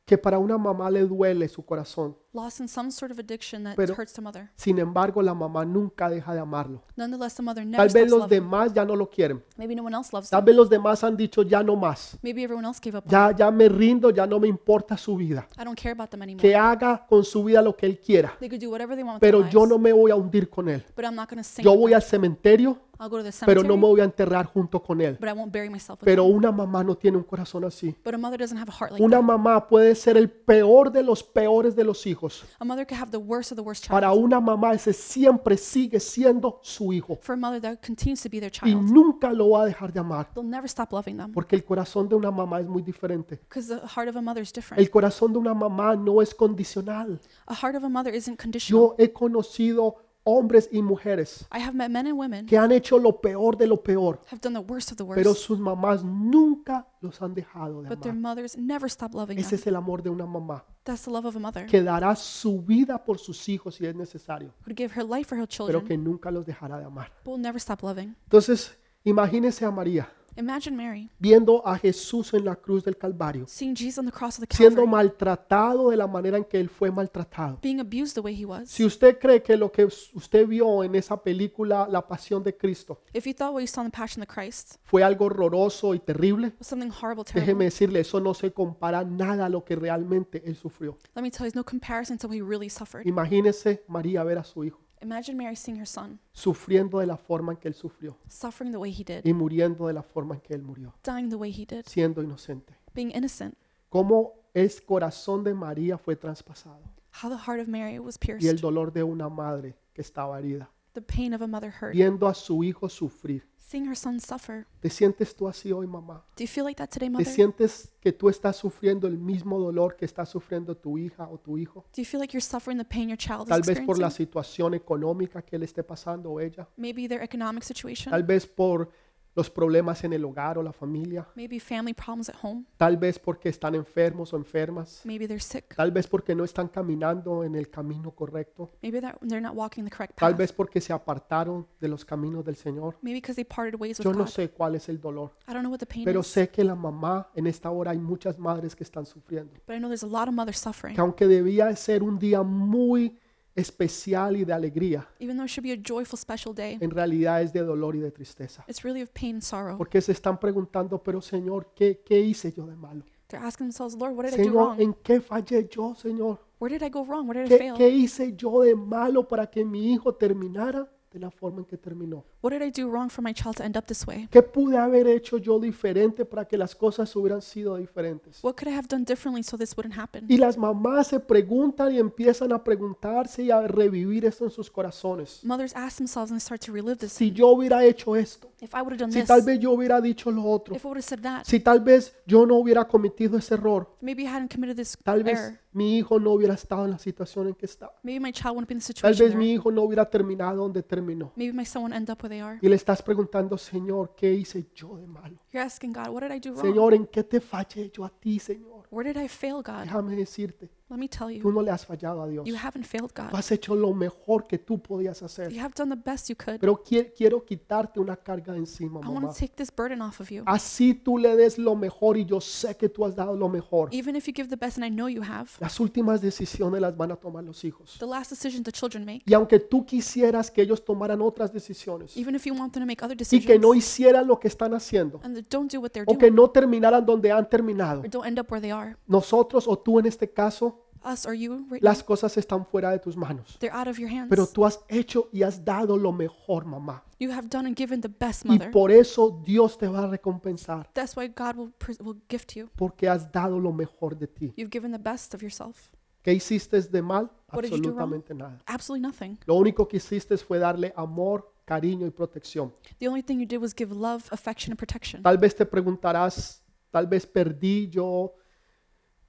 que para una mamá le duele su corazón. lost in some sort of addiction that Pero- hurts the mother. Sin embargo, la mamá nunca deja de amarlo. Nonetheless, the mother never Tal vez stops los loving. demás ya no lo quieren. Maybe no one else loves Tal them. vez los demás han dicho ya no más. Maybe everyone else gave up. on Ya, ya me rindo, ya no me importa su vida. I don't care about them anymore. Que haga con su vida lo que él quiera. They could do whatever they want with Pero their yo lives. no me voy a hundir con él. but I'm not going to sing. Yo with voy them. al cementerio, I'll go to the cemetery, pero no me voy a enterrar junto con él. but I won't bury myself with Pero them. una mamá no tiene un corazón así. But a mother doesn't have a heart like Una that. mamá puede ser el peor de los peores de los hijos. A mother could have the worst of the worst child. Para una mamá ese siempre sigue siendo su hijo For a mother that continues to be their y child, nunca lo va a dejar de amar, they'll never stop loving them porque el corazón de una mamá es muy diferente. because the heart of a mother is different. El corazón de una mamá no es condicional. a heart of a mother isn't conditional. Yo he conocido hombres y mujeres I have met men and women que han hecho lo peor de lo peor, have done the worst of the worst, pero sus mamás nunca los han dejado de but their amar. mothers never stop loving Ese them. es el amor de una mamá That's the love of a mother que dará su vida por sus hijos si es necesario, who give her life for her pero children, que nunca los dejará de amar. but will never stop loving. Entonces, imagínese a María Imagine Mary viendo a Jesús en la cruz del Calvario, seeing Jesus on the cross of the siendo Calvary, maltratado de la manera en que él fue maltratado. being abused the way he was. Si usted cree que lo que usted vio en esa película La Pasión de Cristo If you thought what you saw in the Passion of the Christ fue algo horroroso y terrible, was something horrible, déjeme terrible, decirle, eso no se compara nada a lo que realmente él sufrió. let me tell you, there's no comparison to what he really suffered. Imagínese María ver a su hijo Imagine Mary seeing her son sufriendo de la forma en que él sufrió suffering the way he did, y muriendo de la forma en que él murió, dying the way he did, siendo inocente. being innocent. Cómo el corazón de María fue traspasado How the heart of Mary was y el pierced, dolor de una madre que estaba herida. the pain of a mother hurt, viendo a su hijo sufrir. seeing her son suffer. ¿Te sientes tú así hoy, mamá? Do you feel like that today, ¿Te mother? sientes que tú estás sufriendo el mismo dolor que está sufriendo tu hija o tu hijo? Do you feel like you're suffering the pain your child is Tal vez por la experiencing? situación económica que él esté pasando o ella. Maybe their economic situation, Tal vez por los problemas en el hogar o la familia. maybe family problems at home, Tal vez porque están enfermos o enfermas. maybe they're sick, Tal vez porque no están caminando en el camino correcto. maybe that they're not walking the correct Tal path, vez porque se apartaron de los caminos del Señor. maybe because they parted ways with Yo no God. sé cuál es el dolor. I don't know what the pain Pero is, sé que la mamá, en esta hora hay muchas madres que están sufriendo. but I know there's a lot of mothers suffering. que aunque debía de ser un día muy especial y de alegría, Even though it should be a joyful, special day, en realidad es de dolor y de tristeza. it's really of pain and sorrow. Porque se están preguntando, pero Señor, ¿qué, qué hice yo de malo? They're asking themselves, Lord, what did I do Señor, wrong? ¿en qué fallé yo, Señor? Where did I go wrong? Where did I ¿Qué, fail? qué hice yo de malo para que mi hijo terminara de la forma en que terminó? What did I do wrong for my child to end up this way? ¿Qué pude haber hecho yo diferente para que las cosas hubieran sido diferentes? What could I have done differently so this wouldn't happen? Y las mamás se preguntan y empiezan a preguntarse y a revivir esto en sus corazones. Mothers ask themselves and start to relive this. Si yo hubiera hecho esto, If I would have done Si this, tal vez yo hubiera dicho lo otro, if I would have said that, si tal vez yo no hubiera cometido ese error, maybe I hadn't committed this tal vez error. mi hijo no hubiera estado en la situación en que está. Maybe my child wouldn't be in the Tal situation vez they're mi in. hijo no hubiera terminado donde terminó. Maybe my son wouldn't end up where they are. Y le estás preguntando, Señor, ¿qué hice yo de malo? You're asking God, what did I do wrong? Señor, ¿en qué te fallé yo a ti, Señor? Where did I fail, God? Déjame decirte, Let me tell you, Tú no le has fallado a Dios. you haven't failed Tú God. has hecho lo mejor que tú podías hacer. You have done the best you could. Pero qui- quiero quitarte una carga de encima, I want mamá. to take this burden off of you. Así tú le des lo mejor y yo sé que tú has dado lo mejor. Even if you give the best, and I know you have, Las últimas decisiones las van a tomar los hijos. the last decision the children make, Y aunque tú quisieras que ellos tomaran otras decisiones even if you want them to make other y que no decisions, hicieran lo que están haciendo and they don't do what they're o doing, que no terminaran donde han terminado, or don't end up where they are, nosotros o tú en este caso, us or you, right now, las cosas están fuera de tus manos. they're out of your hands. Pero tú has hecho y has dado lo mejor, mamá. You have done and given the best, Y mother. por eso Dios te va a recompensar, That's why God will, pres- will gift you. porque has dado lo mejor de ti. You've given the best of yourself. ¿Qué hiciste de mal? What did you do wrong? Absolutamente nada. Absolutely nothing. Lo único que hiciste fue darle amor, cariño y protección. The only thing you did was give love, affection, and protection. Tal vez te preguntarás, tal vez perdí yo,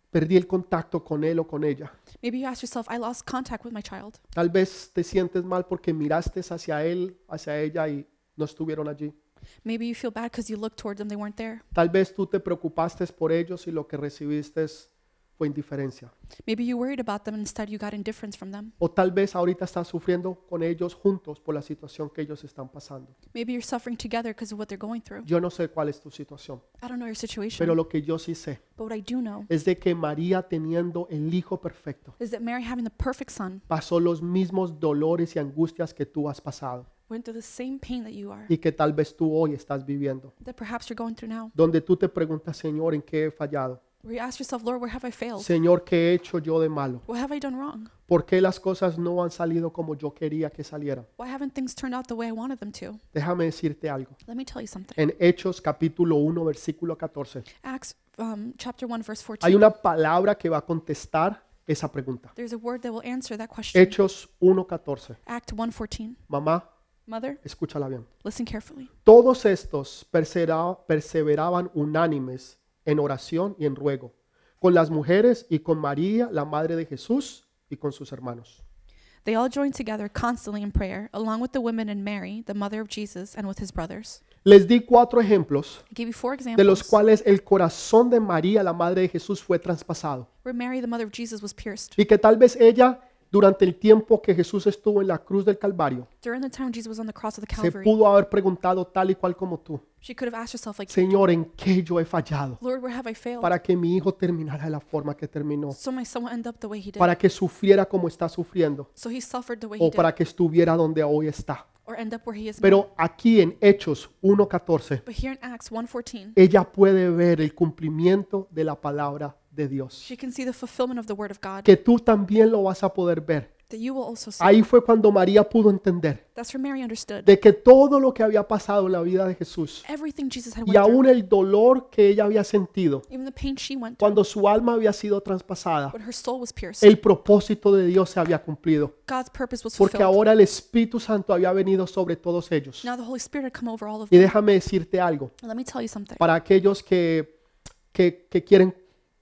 perdí el contacto con él o con ella. Maybe you ask yourself, I lost contact with my child. Tal vez te sientes mal porque miraste hacia él, hacia ella y no estuvieron allí. Maybe you feel bad because you looked toward them, they weren't there. Tal vez tú te preocupaste por ellos y lo que recibiste fue indiferencia. Maybe you worried about them and instead you got indifference from them. O tal vez ahorita estás sufriendo con ellos juntos por la situación que ellos están pasando. Maybe you're suffering together because of what they're going through. Yo no sé cuál es tu situación, I don't know your situation, pero lo que yo sí sé but what I do know es de que María teniendo el Hijo perfecto is that Mary, having the perfect son, pasó los mismos dolores y angustias que tú has pasado went through the same pain that you are, y que tal vez tú hoy estás viviendo, that perhaps you're going through now. donde tú te preguntas, Señor, ¿en qué he fallado? Where you ask yourself, Lord, where have I failed? Señor, ¿qué he hecho yo de malo? What have I done wrong? ¿Por qué las cosas no han salido como yo quería que salieran? Why haven't things turned out the way I wanted them to? Déjame decirte algo. Let me tell you something. En Hechos capítulo 1, versículo 14, Acts um, chapter 1, verse hay 14. una palabra que va a contestar esa pregunta. There's a word that will answer that question. Hechos 1, 14. Act 1.14. Mamá, Mother, escúchala bien. listen carefully. Todos estos persevera- perseveraban unánimes en oración y en ruego, con las mujeres y con María, la madre de Jesús, y con sus hermanos. They all joined together constantly in prayer, along with the women and Mary, the mother of Jesus, and with his brothers. Les di cuatro ejemplos I gave you four de los examples cuales el corazón de María, la madre de Jesús, fue traspasado. where Mary, the mother of Jesus, was pierced. Y que tal vez ella, durante el tiempo que Jesús estuvo en la cruz del Calvario, During the time Jesus was on the cross of the se Calvary, pudo haber preguntado tal y cual como tú, she could have asked herself, like, Señor, ¿en qué yo he fallado? Lord, where have I failed? Para que mi hijo terminara de la forma que terminó, So my son will end up the way he did. para que sufriera como está sufriendo, So he suffered the way he o did, para que estuviera donde hoy está. or end up where he is now. Pero aquí en Hechos 1.14, But here in Acts 1.14, ella puede ver el cumplimiento de la palabra de Dios, she can see the fulfillment of the word of God que tú también lo vas a poder ver. that you will also see. Ahí fue cuando María pudo entender That's where Mary understood de que todo lo que había pasado en la vida de Jesús everything Jesus had y went through, aún el dolor que ella había sentido even the pain she went through, cuando su alma había sido traspasada, when her soul was pierced. el propósito de Dios se había cumplido, God's purpose was porque fulfilled. ahora el Espíritu Santo había venido sobre todos ellos. Now the Holy Spirit had come over all of Y them. déjame decirte algo, Let me tell you something. para aquellos que, que, que quieren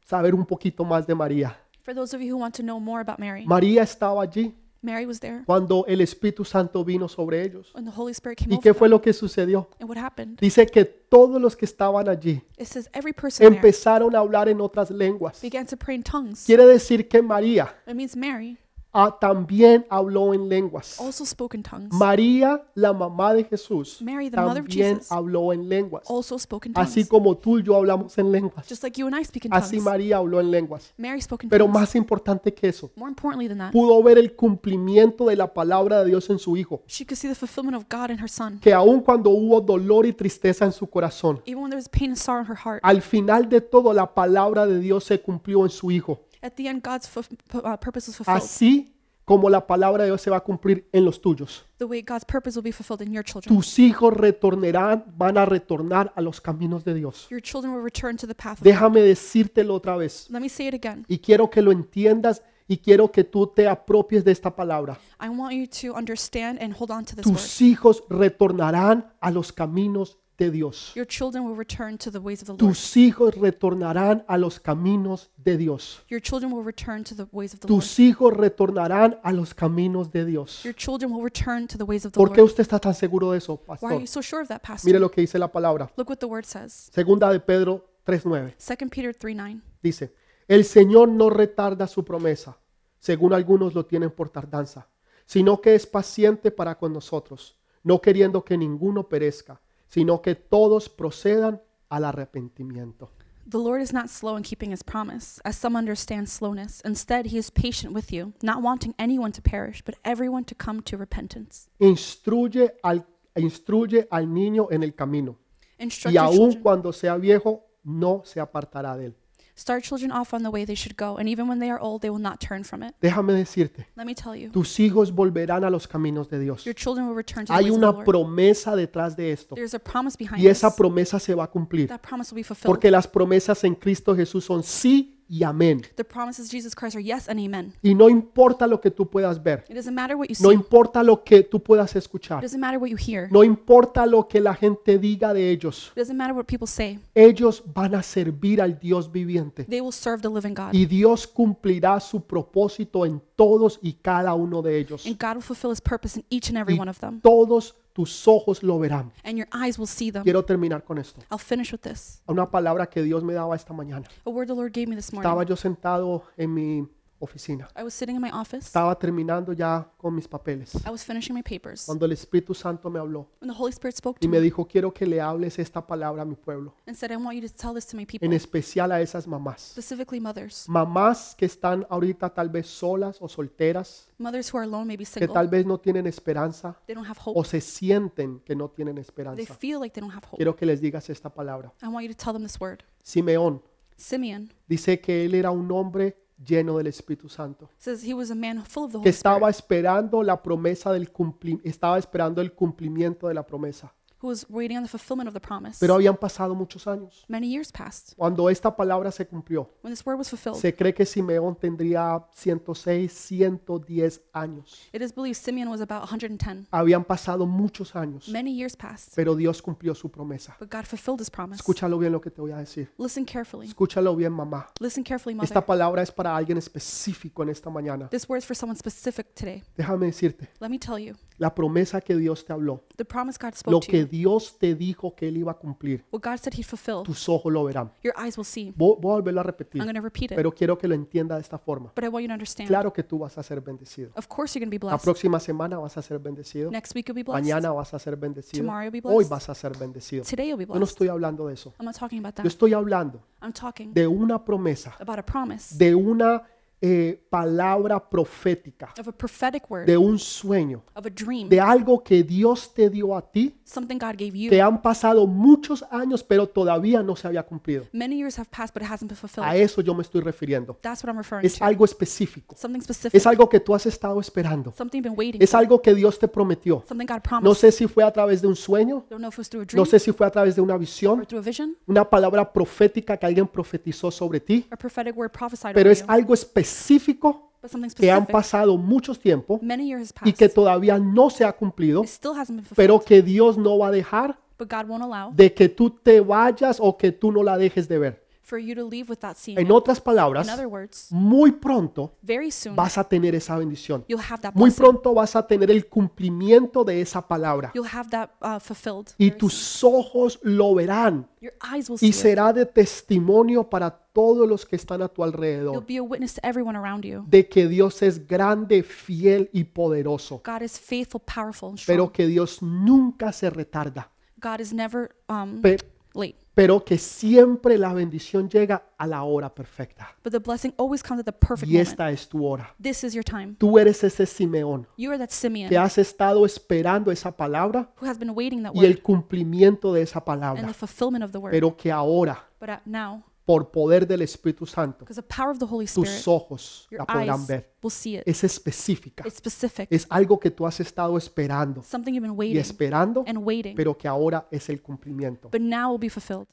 saber un poquito más de María. For those of you who want to know more about Mary, María estaba allí Mary was there cuando el Espíritu Santo vino sobre ellos. when the Holy Spirit came ¿Y qué over. fue them. lo que sucedió? And what happened? Dice que todos los que estaban allí It says every person there empezaron a hablar en otras lenguas. began to pray in tongues. Quiere decir que María It means Mary ah, también habló en lenguas. also spoke in tongues. María, la mamá de Jesús, Mary, the mother of también Jesus, Oh, habló en lenguas. also spoke in Así tongues. como tú y yo hablamos en lenguas. Just like you and I speak in Así tongues. María habló en lenguas. Mary spoke in Pero tongues. más importante que eso, More importantly than that, pudo ver el cumplimiento de la palabra de Dios en su hijo. she could see the fulfillment of God in her son. Que aun cuando hubo dolor y tristeza en su corazón, Even when there was pain and sorrow in her heart, al final de todo la palabra de Dios se cumplió en su hijo. at the end, God's fu- pu- uh, purpose was fulfilled. Así como la palabra de Dios se va a cumplir en los tuyos. The way God's purpose will be fulfilled in your children. Tus hijos retornarán, van a retornar a los caminos de Dios. Your children will return to the path of God. Déjame decírtelo otra vez. Let me say it again. Y quiero que lo entiendas y quiero que tú te apropies de esta palabra. I want you to understand and hold on to this word. Tus hijos retornarán a los caminos de Dios. Your children will return to the ways of the Lord. Tus hijos retornarán a los caminos de Dios. Your children will return to the ways of the Lord. Tus hijos retornarán a los caminos de Dios. Your children will return to the ways of the ¿Por qué Lord. usted está tan seguro de eso, Why are pastor? you so sure of that, Pastor? Mire lo que dice la palabra. Look what the word says. Segunda de Pedro 3:9 2 Peter 3 9. dice, El Señor no retarda su promesa, según algunos lo tienen por tardanza, sino que es paciente para con nosotros, no queriendo que ninguno perezca, sino que todos procedan al arrepentimiento. The Lord is not slow in keeping his promise, as some understand slowness. Instead, he is patient with you, not wanting anyone to perish, but everyone to come to repentance. Instruye al, instruye al niño en el camino, Instruct y your aun children, cuando sea viejo, no se apartará de él. start children off on the way they should go, and even when they are old, they will not turn from it. Déjame decirte, Let me tell you, tus hijos volverán a los caminos de Dios. your children will return to the Hay ways of the una Lord. promesa detrás de esto, There's a promise behind y esa this. promesa se va a cumplir, That promise will be fulfilled. porque las promesas en Cristo Jesús son sí y amén. The promises of Jesus Christ are yes and amen. Y no importa lo que tú puedas ver, It doesn't matter what you see. no It importa lo que tú puedas escuchar, doesn't matter what you hear. no importa lo que la gente diga de ellos, It doesn't matter what people say. ellos van a servir al Dios viviente. They will serve the living God. Y Dios cumplirá su propósito en todos y cada uno de ellos. And God will fulfill his purpose in each and every Y one of them. todos tus ojos lo verán. And your eyes will see them. Quiero terminar con esto. I'll finish with this. Una palabra que Dios me daba esta mañana. A word the Lord gave me this Estaba morning. yo sentado en mi oficina. I was sitting in my office. Estaba terminando ya con mis papeles. I was finishing my papers. Cuando el Espíritu Santo me habló When the Holy Spirit spoke y to me me dijo, quiero que le hables esta palabra a mi pueblo. and said, I want you to tell this to my En Mm. people, especial a esas mamás. specifically mothers. Mamás que están ahorita tal vez solas o solteras, Mothers who are alone, maybe que single. tal vez no tienen esperanza They don't have o hope. se sienten que no tienen They esperanza. feel like they don't have hope. Quiero que les digas esta palabra. I want you to tell them this word. Simeón Simeon dice que él era un hombre lleno del Espíritu Santo, says he was a man full of the que Holy Spirit estaba esperando la promesa del cumpli- estaba esperando el cumplimiento de la promesa. who was waiting on the fulfillment of the promise. Pero habían pasado muchos años. Many years passed Cuando esta palabra se cumplió, when this word was fulfilled. se cree que Simeón tendría 106, 110 años. It is believed Simeon was about 110. Habían pasado muchos años, Many years passed, pero Dios cumplió su promesa. but God fulfilled his promise. Escúchalo bien lo que te voy a decir. Listen carefully. Escúchalo bien, mamá. Listen carefully, mother. Esta palabra es para alguien específico en esta mañana. This word is for someone specific today. Déjame decirte, Let me tell you, la promesa que Dios te habló, the promise God lo spoke to que you, Dios te dijo que Él iba a cumplir, what God said he'd fulfill, tus ojos lo verán. your eyes will see. Vo- Voy a volverlo a I'm repetir, going to repeat it, pero quiero que lo entienda de esta forma. but I want you to understand. Claro que tú vas a ser bendecido. Of course, you're going to be La blessed. próxima semana vas a ser bendecido. Next week, you'll be blessed. Mañana vas a ser bendecido. Tomorrow you'll be Hoy blessed. vas a ser bendecido. Today, you'll be Yo no blessed. estoy hablando de eso. I'm not talking about Yo that. estoy hablando I'm talking de una promesa, about a promise de una eh, palabra profética, of a prophetic word, de un sueño, of a dream, de algo que Dios te dio a ti something God gave you. que han pasado muchos años pero todavía no se había cumplido. Many years have passed, but it hasn't been A fulfilled. eso yo me estoy refiriendo. That's what I'm referring Es to. algo específico. Something specific. Es algo que tú has estado esperando. Something you've been waiting Es algo que Dios te prometió. Something God No promised. sé si fue a través de un sueño, Don't know if it was through a dream no sé si fue a través de una or visión, through a vision, una palabra profética que alguien profetizó sobre ti, a prophetic word prophesied pero over es you, algo específico but something que han specific. pasado mucho tiempo Many years y has que passed. todavía no se ha cumplido, It still hasn't been fulfilled, pero que Dios no va a dejar but God won't allow de que tú te vayas o que tú no la dejes de ver. for you to leave without seeing En it. otras In palabras, other words, muy pronto very soon vas a tener esa bendición. you'll have that Muy blessing. pronto vas a tener el cumplimiento de esa palabra. You'll have that uh, fulfilled. very Y soon. tus ojos lo verán Your eyes will see y it. será de testimonio para todos los que están a tu You'll alrededor be a witness to everyone around you. de que Dios es grande, fiel y poderoso, God is faithful, powerful, and strong. pero que Dios nunca se retarda, God is never um, pe- late. pero que siempre la bendición llega a la hora perfecta. But the blessing always comes at the perfect Y moment. esta es tu hora. This is your time. Tú eres ese Simeón You are that Simeon que has estado esperando esa palabra who has been waiting that y word el cumplimiento de esa and the palabra, fulfillment of the word. pero que ahora, But uh, now, por poder del Espíritu Santo, because the power of the Holy Spirit, tus ojos your la podrán eyes ver. will see it. Es específica. It's specific. Es algo que tú has estado esperando Something you've been y waiting esperando, and waiting, pero que ahora es el cumplimiento. but now will be fulfilled.